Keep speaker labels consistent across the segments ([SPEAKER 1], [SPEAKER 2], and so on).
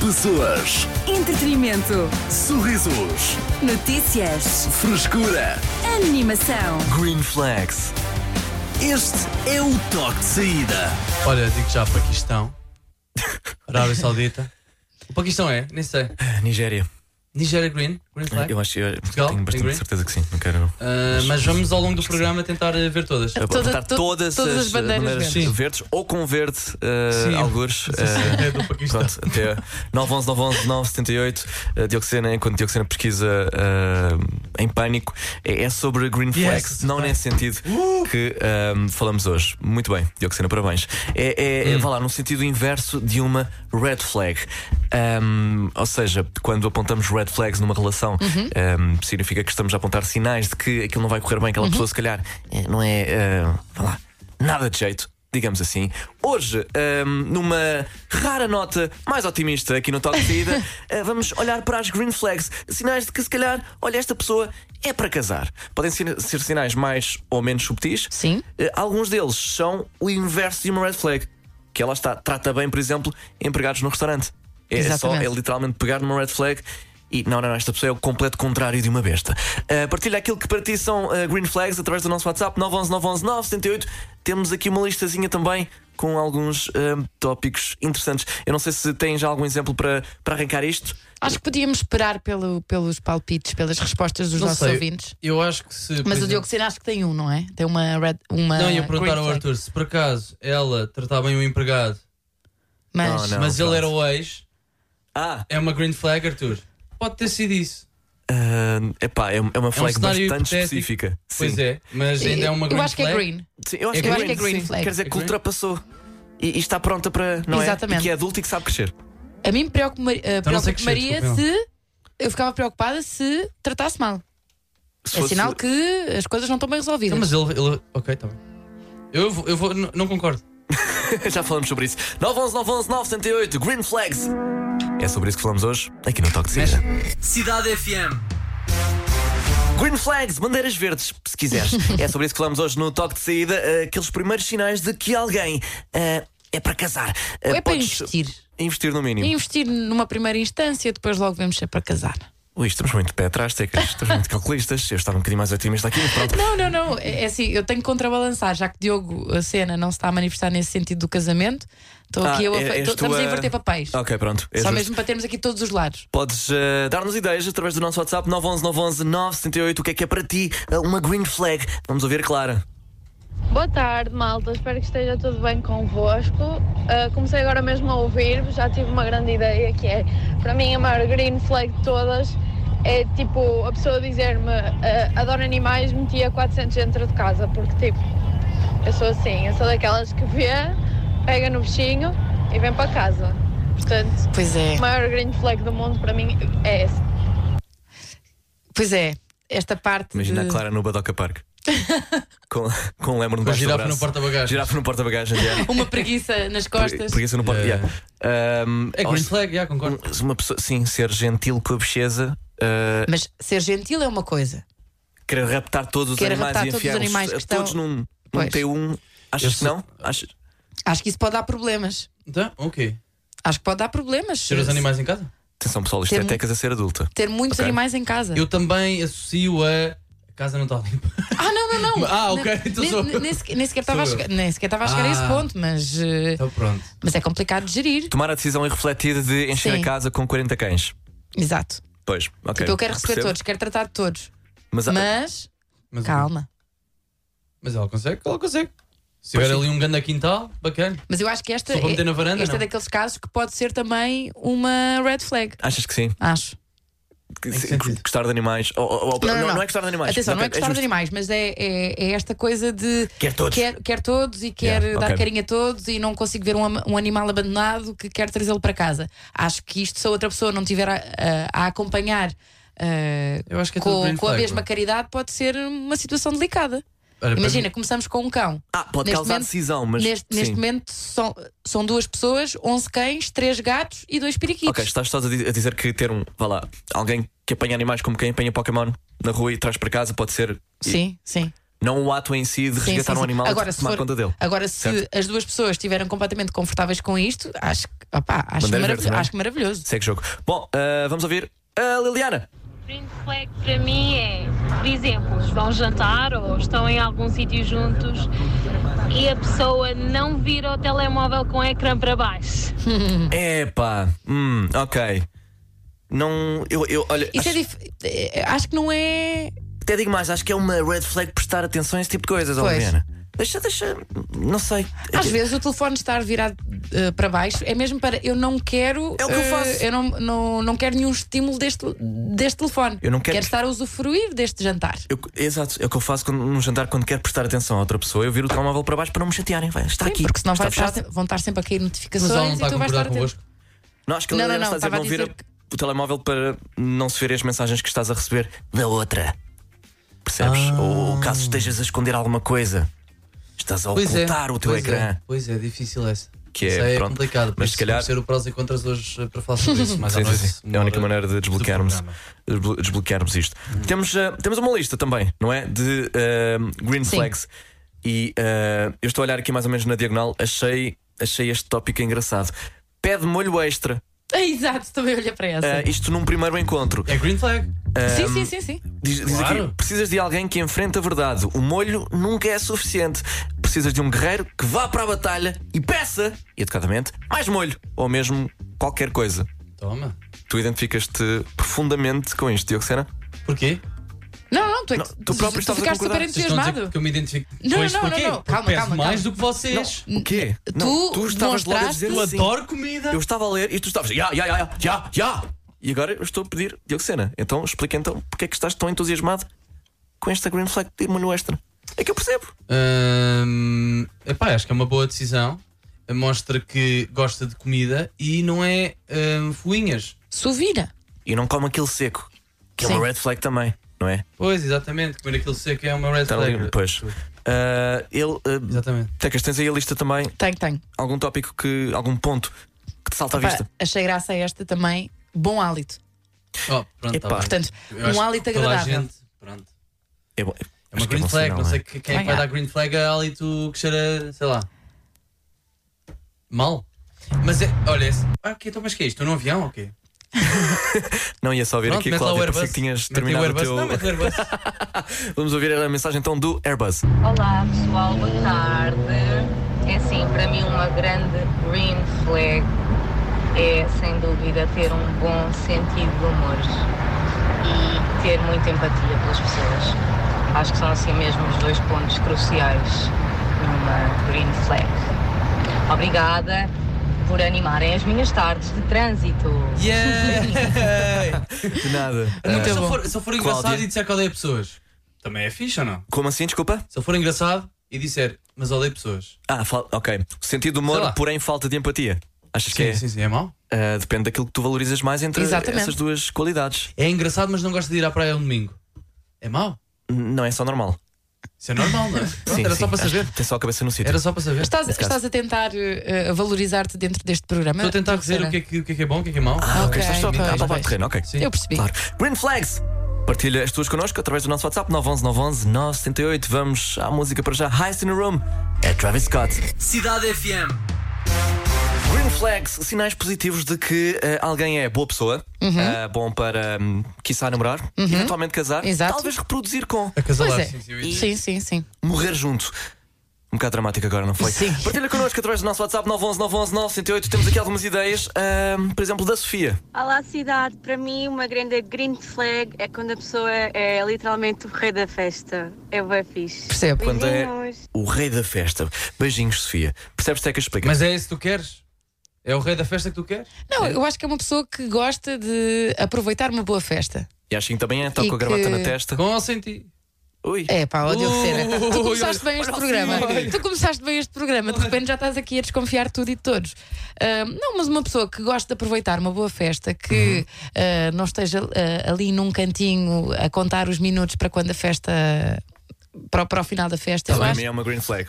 [SPEAKER 1] Pessoas,
[SPEAKER 2] Entretenimento.
[SPEAKER 1] sorrisos,
[SPEAKER 2] Notícias.
[SPEAKER 1] frescura.
[SPEAKER 2] Animação.
[SPEAKER 3] Green Flags.
[SPEAKER 1] Este é o toque de saída.
[SPEAKER 4] Olha, digo já Paquistão, Arábia Saudita. O Paquistão é, nem sei.
[SPEAKER 3] Nigéria.
[SPEAKER 4] Nigéria Green, Green Flag.
[SPEAKER 3] Eu acho eu
[SPEAKER 4] Portugal?
[SPEAKER 3] tenho
[SPEAKER 4] Tem
[SPEAKER 3] bastante
[SPEAKER 4] green?
[SPEAKER 3] certeza que sim. Não quero
[SPEAKER 4] Ah, mas vamos ao longo do programa tentar eh, ver todas.
[SPEAKER 5] Toda-
[SPEAKER 3] apontar
[SPEAKER 5] to-
[SPEAKER 3] todas,
[SPEAKER 5] todas as
[SPEAKER 3] eh,
[SPEAKER 5] bandeiras
[SPEAKER 4] verdes.
[SPEAKER 3] verdes ou com verde,
[SPEAKER 4] Sim.
[SPEAKER 3] uh, algures. eh,
[SPEAKER 4] Sim, sim, é do Paquistão.
[SPEAKER 3] Pronto, até 911 911 978 eh, Dioxena, enquanto Dioxena pesquisa eh, em pânico, é, é sobre Green Flags,
[SPEAKER 4] Yes,
[SPEAKER 3] não nesse sentido que ehm, falamos hoje. Muito bem, Dioxena, parabéns. É, é, é, vá lá, no sentido inverso de uma red flag. Ehm, ou seja, quando apontamos red flags numa relação, ehm, significa que estamos a apontar sinais de que aquilo não vai correr bem, aquela pessoa, se calhar, eh, não é. eh, vá lá, nada de jeito digamos assim. Hoje, ahm, numa rara nota mais otimista aqui no Toque de Saída, ah, vamos olhar para as green flags, sinais de que se calhar, olha, esta pessoa é para casar. Podem ser, ser sinais mais ou menos subtis.
[SPEAKER 5] Sim.
[SPEAKER 3] Ah, alguns deles são o inverso de uma red flag, que ela está, trata bem, por exemplo, empregados no restaurante. É só,
[SPEAKER 5] Exatamente.
[SPEAKER 3] é literalmente pegar numa red flag e não, não, não, esta pessoa é o completo contrário de uma besta. Ah, partilha aquilo que para ti são ah, green flags através do nosso WhatsApp 911 911 978. Temos aqui uma listazinha também com alguns ah, tópicos interessantes. Eu não sei se tem já algum exemplo para, para arrancar isto.
[SPEAKER 5] Acho que podíamos esperar pelo- pelos palpites, pelas respostas dos
[SPEAKER 4] Não
[SPEAKER 5] nossos
[SPEAKER 4] sei,
[SPEAKER 5] ouvintes.
[SPEAKER 4] Eu acho que se. por
[SPEAKER 5] Mas o
[SPEAKER 4] exemplo-
[SPEAKER 5] Diogo Sena acho que tem um, não é? Tem uma red. Uma
[SPEAKER 4] Não, ia
[SPEAKER 5] green
[SPEAKER 4] perguntar ao
[SPEAKER 5] flag.
[SPEAKER 4] Arthur se por acaso ela tratava bem o empregado,
[SPEAKER 5] Mas
[SPEAKER 3] Não,
[SPEAKER 4] mas ele
[SPEAKER 3] pronto.
[SPEAKER 4] era o ex,
[SPEAKER 3] Ah,
[SPEAKER 4] é uma Green Flag, Arthur. Pode ter sido isso.
[SPEAKER 3] ah, epá, é, um- é uma flag
[SPEAKER 4] cenário
[SPEAKER 3] bastante
[SPEAKER 4] hipotético.
[SPEAKER 3] específica.
[SPEAKER 4] Pois
[SPEAKER 3] Sim.
[SPEAKER 4] é, mas ainda é uma
[SPEAKER 5] eu
[SPEAKER 4] Green
[SPEAKER 5] acho que é
[SPEAKER 4] Flag.
[SPEAKER 5] green.
[SPEAKER 3] Sim, eu acho,
[SPEAKER 4] Eu
[SPEAKER 3] que, é
[SPEAKER 4] acho
[SPEAKER 3] green,
[SPEAKER 5] que é green
[SPEAKER 3] sim.
[SPEAKER 5] flag.
[SPEAKER 3] Quer dizer, que
[SPEAKER 4] É green?
[SPEAKER 3] ultrapassou e, e está pronta para. Não É?
[SPEAKER 5] Exatamente.
[SPEAKER 3] E que é adulto e que sabe crescer.
[SPEAKER 5] A mim preocupa- eh,
[SPEAKER 4] Então não sei que
[SPEAKER 5] preocuparia
[SPEAKER 4] cheiro, desculpa,
[SPEAKER 5] se. Eu ficava preocupada se tratasse mal.
[SPEAKER 3] Se
[SPEAKER 5] É
[SPEAKER 3] fosse- é,
[SPEAKER 5] sinal que as coisas não estão bem
[SPEAKER 4] Não,
[SPEAKER 5] resolvidas.
[SPEAKER 4] mas ele. ele- Ok, tá bem. Eu, vou- eu vou. Não, não concordo.
[SPEAKER 3] Já falamos sobre isso. 911 911 908 Green Flags. É sobre isso que falamos hoje, aqui no Toque de Saída.
[SPEAKER 1] Cidade FM.
[SPEAKER 3] Green Flags, bandeiras verdes, se quiseres. é sobre isso que falamos hoje no Toque de Saída. eh, Aqueles primeiros sinais de que alguém eh, é para casar. Eh,
[SPEAKER 5] Ou é para
[SPEAKER 3] podes-
[SPEAKER 5] investir.
[SPEAKER 3] Investir no mínimo.
[SPEAKER 5] Investir numa primeira instância, depois logo vemos se é para casar.
[SPEAKER 3] Ui, estamos muito de pé atrás, tecas. Estamos muito calculistas. Eu estava um bocadinho mais otimista aqui, mas pronto.
[SPEAKER 5] Não, não, não. É é assim, eu tenho que contrabalançar, já que Diogo a cena não se está a manifestar nesse sentido do casamento. Estou
[SPEAKER 3] Ah,
[SPEAKER 5] aqui eu a,
[SPEAKER 3] é- és
[SPEAKER 5] tô- estamos
[SPEAKER 3] tu
[SPEAKER 5] a
[SPEAKER 3] a-
[SPEAKER 5] inverter papéis.
[SPEAKER 3] Ok, pronto. É
[SPEAKER 5] Só
[SPEAKER 3] justo.
[SPEAKER 5] mesmo para termos aqui todos os lados.
[SPEAKER 3] Podes eh, dar-nos ideias através do nosso WhatsApp 911 911 978. O que é que é para ti eh, uma green flag? Vamos ouvir, a Clara.
[SPEAKER 6] Boa tarde, malta. Espero que esteja tudo bem convosco. Uh, comecei agora mesmo a ouvir-vos. Já tive uma grande ideia que é, para mim, a maior green flag de todas é tipo a pessoa dizer-me uh, adoro animais, metia 400 dentro de casa, porque tipo, eu sou assim, eu sou daquelas que vê, pega no bichinho e vem para casa. Portanto,
[SPEAKER 5] Pois é.
[SPEAKER 6] a maior green flag do mundo para mim é essa.
[SPEAKER 5] Pois é. Esta parte.
[SPEAKER 3] Imagina
[SPEAKER 5] de-
[SPEAKER 3] a Clara no Badoca Park. com, com um lemon
[SPEAKER 4] Com a
[SPEAKER 3] debaixo do
[SPEAKER 4] girafa
[SPEAKER 3] braço.
[SPEAKER 4] no porta-bagagens.
[SPEAKER 3] Girafa no porta-bagagem. Yeah.
[SPEAKER 5] Uma preguiça nas costas.
[SPEAKER 3] Preguiça no porta
[SPEAKER 4] Yeah.
[SPEAKER 3] yeah. Ahm,
[SPEAKER 4] É
[SPEAKER 3] ou
[SPEAKER 4] Green
[SPEAKER 3] se-
[SPEAKER 4] Flag, já concordo.
[SPEAKER 3] um- uma pessoa, sim, ser gentil com a bicheza. ah,
[SPEAKER 5] Mas ser gentil é uma coisa.
[SPEAKER 3] querer raptar todos os
[SPEAKER 5] Querer
[SPEAKER 3] animais
[SPEAKER 5] raptar
[SPEAKER 3] e
[SPEAKER 5] todos os
[SPEAKER 3] enfiar-os
[SPEAKER 5] animais que
[SPEAKER 3] a
[SPEAKER 5] estão-
[SPEAKER 3] todos num, num
[SPEAKER 5] Pois.
[SPEAKER 3] T1. Achas
[SPEAKER 4] Eu
[SPEAKER 3] que
[SPEAKER 4] sou-
[SPEAKER 3] não? Achas...
[SPEAKER 5] Acho que isso pode dar problemas.
[SPEAKER 4] Então, ok.
[SPEAKER 5] Acho que pode dar problemas.
[SPEAKER 4] Ter os animais em casa?
[SPEAKER 3] Atenção pessoal, isto
[SPEAKER 5] Tem-
[SPEAKER 3] é tecas a ser adulta.
[SPEAKER 5] Ter muitos
[SPEAKER 3] Ok.
[SPEAKER 5] animais em casa.
[SPEAKER 4] Eu também associo a. a casa não está limpa.
[SPEAKER 5] Ah, não, não, não.
[SPEAKER 4] Ah, ok,
[SPEAKER 5] Nem-
[SPEAKER 4] então
[SPEAKER 5] nem-
[SPEAKER 4] sou-
[SPEAKER 5] nem sequer- Nem sequer estava a
[SPEAKER 4] sou eu.
[SPEAKER 5] chegar- nem sequer estava a chegar a esse
[SPEAKER 4] Ah.
[SPEAKER 5] ponto, mas. eh,
[SPEAKER 4] Então pronto.
[SPEAKER 5] Mas é complicado de gerir.
[SPEAKER 3] Tomar a decisão irrefletida de encher
[SPEAKER 5] Sim.
[SPEAKER 3] a casa com 40 cães.
[SPEAKER 5] Exato.
[SPEAKER 3] Pois, ok.
[SPEAKER 5] Tipo, eu quero receber
[SPEAKER 3] percebo.
[SPEAKER 5] todos, quero tratar de todos.
[SPEAKER 3] Mas, a-
[SPEAKER 5] Mas,
[SPEAKER 4] Mas,
[SPEAKER 5] calma.
[SPEAKER 4] Mas ela consegue? Ela consegue. Se tiver
[SPEAKER 3] Pois sim.
[SPEAKER 4] ali um grande quintal, bacana.
[SPEAKER 5] Mas eu acho que esta,
[SPEAKER 4] Só para meter na varanda,
[SPEAKER 5] esta é
[SPEAKER 4] não?
[SPEAKER 5] daqueles casos que pode ser também uma red flag.
[SPEAKER 3] achas que sim?
[SPEAKER 5] Acho.
[SPEAKER 3] Que-
[SPEAKER 4] que
[SPEAKER 3] se-
[SPEAKER 4] sentido?
[SPEAKER 3] Gostar de animais? Ou- ou- ou- é gostar de animais.
[SPEAKER 5] Atenção, não é
[SPEAKER 3] Ok,
[SPEAKER 5] gostar de
[SPEAKER 3] justo.
[SPEAKER 5] animais, mas é, é, é esta coisa de
[SPEAKER 3] Quer todos.
[SPEAKER 5] quer, quer todos e quer
[SPEAKER 3] Yeah,
[SPEAKER 5] dar
[SPEAKER 3] ok.
[SPEAKER 5] carinho a todos e não consigo ver um, ama- um animal abandonado que quer trazê-lo para casa. Acho que isto, se a outra pessoa não estiver a, a- a acompanhar ah,
[SPEAKER 4] Eu acho que é tudo
[SPEAKER 5] com,
[SPEAKER 4] green
[SPEAKER 5] com a
[SPEAKER 4] flag,
[SPEAKER 5] mesma
[SPEAKER 4] não é?
[SPEAKER 5] caridade, pode ser uma situação delicada.
[SPEAKER 4] Olha, para
[SPEAKER 5] Imagina,
[SPEAKER 4] mim-
[SPEAKER 5] começamos com um cão.
[SPEAKER 3] Ah, pode
[SPEAKER 5] Neste
[SPEAKER 3] causar
[SPEAKER 5] momento-
[SPEAKER 3] decisão, mas.
[SPEAKER 5] neste,
[SPEAKER 3] sim.
[SPEAKER 5] neste momento são, são duas pessoas, 11 cães, três gatos e dois periquitos.
[SPEAKER 3] Ok, estás, estás a di- a dizer que ter um, vá lá, alguém que apanha animais como quem apanha Pokémon na rua e traz para casa pode ser. e-
[SPEAKER 5] Sim, sim.
[SPEAKER 3] Não o ato em si de
[SPEAKER 5] Sim,
[SPEAKER 3] resgatar
[SPEAKER 5] sim,
[SPEAKER 3] um
[SPEAKER 5] sim.
[SPEAKER 3] animal e
[SPEAKER 5] agora,
[SPEAKER 3] de
[SPEAKER 5] se
[SPEAKER 3] tomar
[SPEAKER 5] for- Ah.
[SPEAKER 3] conta dele.
[SPEAKER 5] Agora, se
[SPEAKER 3] Certo.
[SPEAKER 5] as duas pessoas estiverem completamente confortáveis com isto, acho, que- opá, acho,
[SPEAKER 3] Bandeira
[SPEAKER 5] maravilho-
[SPEAKER 3] verde, não é?
[SPEAKER 5] acho que maravilhoso.
[SPEAKER 3] Segue jogo. Bom, ah, vamos ouvir a Liliana.
[SPEAKER 7] Green flag para mim é, por exemplo, vão jantar ou estão em algum sítio juntos e a pessoa não vira o telemóvel com o ecrã para baixo.
[SPEAKER 3] Epá, hum, ok. Não, eu, eu olha,
[SPEAKER 5] Isso
[SPEAKER 3] acho,
[SPEAKER 5] é dif... eh, Acho que não é.
[SPEAKER 3] até digo mais, acho que é uma red flag prestar atenção a esse tipo de coisas, ó,
[SPEAKER 5] Pois.
[SPEAKER 3] Liliana. Deixa, deixa, não sei.
[SPEAKER 5] Às vezes o telefone estar virado eh, para baixo é mesmo para. Eu não quero.
[SPEAKER 3] É o que eu
[SPEAKER 5] eh,
[SPEAKER 3] faço.
[SPEAKER 5] eu não, não, não quero nenhum estímulo deste, deste telefone.
[SPEAKER 3] Eu não quero que-
[SPEAKER 5] estar a usufruir deste jantar.
[SPEAKER 3] Eu- exato, é o que eu faço quando, num jantar quando quero prestar atenção a outra pessoa. Eu viro o telemóvel para baixo para não me chatearem. Vai, está
[SPEAKER 5] Sim,
[SPEAKER 3] aqui.
[SPEAKER 5] porque senão
[SPEAKER 3] está
[SPEAKER 5] vai estar,
[SPEAKER 3] fechado.
[SPEAKER 5] se- vão estar sempre a cair
[SPEAKER 4] Mas ela não
[SPEAKER 5] notificações
[SPEAKER 4] está
[SPEAKER 5] e
[SPEAKER 4] a
[SPEAKER 5] tu vais estar
[SPEAKER 4] concordar
[SPEAKER 5] atento.
[SPEAKER 4] convosco.
[SPEAKER 3] Não, acho que a
[SPEAKER 5] Não,
[SPEAKER 3] Liliana
[SPEAKER 5] não,
[SPEAKER 3] está a
[SPEAKER 5] não,
[SPEAKER 3] dizer
[SPEAKER 5] estava
[SPEAKER 3] não
[SPEAKER 5] a dizer
[SPEAKER 3] vira o telemóvel para não se ver as mensagens que estás a receber da outra. Percebes?
[SPEAKER 5] Ah.
[SPEAKER 3] Ou caso estejas a esconder alguma coisa, estás a
[SPEAKER 4] Pois é.
[SPEAKER 3] ocultar o teu
[SPEAKER 4] pois
[SPEAKER 3] ecrã.
[SPEAKER 4] É, pois é, difícil essa.
[SPEAKER 3] Que
[SPEAKER 4] Isso
[SPEAKER 3] é,
[SPEAKER 4] aí é
[SPEAKER 3] pronto,
[SPEAKER 4] complicado.
[SPEAKER 3] mas
[SPEAKER 4] Mas
[SPEAKER 3] se
[SPEAKER 4] se
[SPEAKER 3] calhar-
[SPEAKER 4] ser o prós e contras hoje eh, para falar sobre isso. Mas à
[SPEAKER 3] Sim, sim,
[SPEAKER 4] noite,
[SPEAKER 3] sim. É
[SPEAKER 4] uma
[SPEAKER 3] a única
[SPEAKER 4] hora
[SPEAKER 3] maneira de
[SPEAKER 4] do
[SPEAKER 3] desbloquearmos,
[SPEAKER 4] programa.
[SPEAKER 3] desblo- desbloquearmos isto.
[SPEAKER 4] Uhum.
[SPEAKER 3] Temos, ah, temos uma lista também, não é? De ahm, green
[SPEAKER 5] Sim.
[SPEAKER 3] flags. E ah, eu estou a olhar aqui mais ou menos na diagonal, achei, achei este tópico engraçado. Pede molho extra.
[SPEAKER 5] Ah, Exato, também olha para essa.
[SPEAKER 3] Ah, isto num primeiro encontro.
[SPEAKER 4] É green flag.
[SPEAKER 3] Eh,
[SPEAKER 5] sim,
[SPEAKER 3] ehm,
[SPEAKER 5] sim, sim, sim.
[SPEAKER 3] Diz, diz
[SPEAKER 4] Claro.
[SPEAKER 3] aqui: precisas de alguém que enfrente a verdade. O molho nunca é suficiente. Precisas de um guerreiro que vá para a batalha e peça, educadamente, mais molho. Ou mesmo qualquer coisa.
[SPEAKER 4] Toma.
[SPEAKER 3] Tu identificas-te profundamente com isto, Diogo Sena?
[SPEAKER 4] Porquê?
[SPEAKER 5] Não, não, tu, é que-
[SPEAKER 3] Não,
[SPEAKER 5] tu,
[SPEAKER 3] tu próprio
[SPEAKER 5] tu
[SPEAKER 3] estavas a
[SPEAKER 5] ficaste super
[SPEAKER 3] concordar.
[SPEAKER 4] Vocês estão a dizer
[SPEAKER 5] entusiasmado.
[SPEAKER 4] que eu me identifico.
[SPEAKER 5] Não,
[SPEAKER 4] pois,
[SPEAKER 5] não, não,
[SPEAKER 4] porquê?
[SPEAKER 5] não.
[SPEAKER 4] Porque
[SPEAKER 5] Calma,
[SPEAKER 4] peço
[SPEAKER 5] calma,
[SPEAKER 4] mais
[SPEAKER 5] calma.
[SPEAKER 4] do que vocês.
[SPEAKER 3] O quê?
[SPEAKER 5] Tu
[SPEAKER 3] Não, tu estavas logo a
[SPEAKER 5] demonstraste-
[SPEAKER 3] dizer
[SPEAKER 4] Eu
[SPEAKER 3] sim.
[SPEAKER 4] adoro comida.
[SPEAKER 3] Eu estava a ler e tu estavas já, já, já, já, já. E agora eu estou a pedir Diogo Sena. Então explica então porque é que estás tão entusiasmado com esta green flag de molho extra. É que eu percebo.
[SPEAKER 4] Hum, epá, acho que é uma boa decisão. Mostra que gosta de comida e não é hum, fuinhas.
[SPEAKER 5] Suvira.
[SPEAKER 3] E não come aquele seco. Que é uma
[SPEAKER 5] Sim.
[SPEAKER 3] red flag também, não é?
[SPEAKER 4] Pois, exatamente. Comer aquilo seco é uma red
[SPEAKER 3] Está Tá ali, um
[SPEAKER 4] flag.
[SPEAKER 3] pois. Ah, ele. ah,
[SPEAKER 4] Exatamente.
[SPEAKER 3] Tecas, tens aí a lista também?
[SPEAKER 5] Tenho, tenho.
[SPEAKER 3] Algum tópico que. algum ponto que te salta à
[SPEAKER 5] Pá,
[SPEAKER 3] vista?
[SPEAKER 5] achei graça a esta também. Bom hálito.
[SPEAKER 4] Oh, pronto, tá
[SPEAKER 3] Epá.
[SPEAKER 4] bem.
[SPEAKER 5] Portanto,
[SPEAKER 4] Eu acho
[SPEAKER 5] um hálito
[SPEAKER 4] que toda a
[SPEAKER 5] agradável.
[SPEAKER 4] gente- pronto.
[SPEAKER 3] É, bom-
[SPEAKER 4] É
[SPEAKER 3] acho
[SPEAKER 4] uma
[SPEAKER 3] que
[SPEAKER 4] green
[SPEAKER 3] bom
[SPEAKER 4] flag,
[SPEAKER 3] sinal,
[SPEAKER 4] não
[SPEAKER 3] é?
[SPEAKER 4] sei que- quem é que
[SPEAKER 5] Ah,
[SPEAKER 4] vai
[SPEAKER 5] já.
[SPEAKER 4] dar green flag a hálito que cheira, sei lá. Mal. Mas é, olha, esse- ah, que, então, mas que é isto? Estou num avião ou quê?
[SPEAKER 3] Não ia só ouvir aqui,
[SPEAKER 4] mete lá
[SPEAKER 3] Cláudia, parecia que tinhas
[SPEAKER 4] Mete aí o
[SPEAKER 3] terminado o
[SPEAKER 4] Airbus.
[SPEAKER 3] teu.
[SPEAKER 4] Não, mete o Airbus.
[SPEAKER 3] Vamos ouvir a mensagem então do Airbus.
[SPEAKER 8] Olá pessoal, boa tarde. É assim, para mim uma grande green flag é sem dúvida ter um bom sentido de humor e ter muita empatia pelas pessoas. Acho que são assim mesmo os dois pontos cruciais numa green flag. Obrigada por animarem as minhas tardes de trânsito.
[SPEAKER 4] Yeah!
[SPEAKER 3] De nada.
[SPEAKER 4] Não, mas
[SPEAKER 3] Ah,
[SPEAKER 4] É. se eu for, se eu for engraçado
[SPEAKER 3] Cláudia.
[SPEAKER 4] e disser que odeia pessoas, também é fixe ou não?
[SPEAKER 3] Como assim, desculpa?
[SPEAKER 4] Se eu for engraçado e disser, mas odeio pessoas.
[SPEAKER 3] Ah, fal- ok. Sentido do
[SPEAKER 4] Sei
[SPEAKER 3] humor,
[SPEAKER 4] lá.
[SPEAKER 3] porém falta de empatia. Achas que
[SPEAKER 4] Sim,
[SPEAKER 3] é?
[SPEAKER 4] sim, sim, é mau.
[SPEAKER 3] Ah, depende daquilo que tu valorizas mais entre
[SPEAKER 5] Exatamente.
[SPEAKER 3] essas duas qualidades.
[SPEAKER 4] É engraçado, mas não gosta de ir à praia um domingo. É mau.
[SPEAKER 3] N- Não é só normal.
[SPEAKER 4] Isso é normal, não é? Pronto,
[SPEAKER 3] Sim,
[SPEAKER 4] era
[SPEAKER 3] sim.
[SPEAKER 4] só para
[SPEAKER 3] Acho
[SPEAKER 4] saber.
[SPEAKER 3] que Tem só a cabeça no sítio.
[SPEAKER 4] Era só para saber.
[SPEAKER 5] Estás,
[SPEAKER 3] Nesse caso.
[SPEAKER 5] estás a tentar eh, eh, valorizar-te dentro deste programa?
[SPEAKER 4] Estou a tentar dizer o que, é que, o que é que é bom, o que é que é mau.
[SPEAKER 3] Ah, ok.
[SPEAKER 5] Ok,
[SPEAKER 3] Estás só a
[SPEAKER 5] pois,
[SPEAKER 3] pintar para o
[SPEAKER 5] pois.
[SPEAKER 3] terreno, ok.
[SPEAKER 4] Sim.
[SPEAKER 5] Eu percebi.
[SPEAKER 3] Claro. Green Flags! Partilha as tuas connosco através do nosso WhatsApp 911 911 978. Vamos à música para já. Heist in the Room é Travis Scott.
[SPEAKER 1] Cidade FM.
[SPEAKER 3] Green flags, sinais positivos de que eh, alguém é boa pessoa,
[SPEAKER 5] Uhum.
[SPEAKER 3] eh, bom para, hum, quiçá, namorar, eventualmente casar,
[SPEAKER 5] Exato.
[SPEAKER 3] talvez reproduzir com,
[SPEAKER 5] Pois
[SPEAKER 4] Acasalar,
[SPEAKER 5] é.
[SPEAKER 4] sim, sim, eu ia dizer.
[SPEAKER 5] Sim, sim, sim.
[SPEAKER 3] morrer junto. Um bocado dramático agora, não foi?
[SPEAKER 5] Sim.
[SPEAKER 3] Partilha connosco através do nosso WhatsApp 911 911 908. Temos aqui algumas ideias, ahm, por exemplo, da Sofia.
[SPEAKER 9] Olá, cidade. Para mim, uma grande green flag é quando a pessoa é literalmente o rei da festa. É bem fixe.
[SPEAKER 5] Percebo.
[SPEAKER 3] Quando é
[SPEAKER 9] Beijinhos.
[SPEAKER 3] o rei da festa. Beijinhos, Sofia. Percebes até que explica?
[SPEAKER 4] Mas é esse que tu queres? É o rei da festa que tu queres?
[SPEAKER 5] Não, eu acho que é uma pessoa que gosta de aproveitar uma boa festa.
[SPEAKER 3] E acho que também é, tal
[SPEAKER 5] E
[SPEAKER 3] com a gravata
[SPEAKER 5] que-
[SPEAKER 3] na testa.
[SPEAKER 4] Com ou sem ti?
[SPEAKER 3] Ui.
[SPEAKER 5] É pá, ó Diogo
[SPEAKER 4] Ui,
[SPEAKER 5] Sena. Tu começaste
[SPEAKER 4] olha-
[SPEAKER 5] bem este
[SPEAKER 4] olha o
[SPEAKER 5] programa.
[SPEAKER 4] Sina.
[SPEAKER 5] Tu começaste bem este programa. De repente já estás aqui a desconfiar de tudo e de todos. Ah, não, mas uma pessoa que gosta de aproveitar uma boa festa, que ah, não esteja ah, ali num cantinho a contar os minutos para quando a festa. Para, o- para o final da festa, eu
[SPEAKER 3] Para
[SPEAKER 5] acho.
[SPEAKER 3] mim é uma green flag.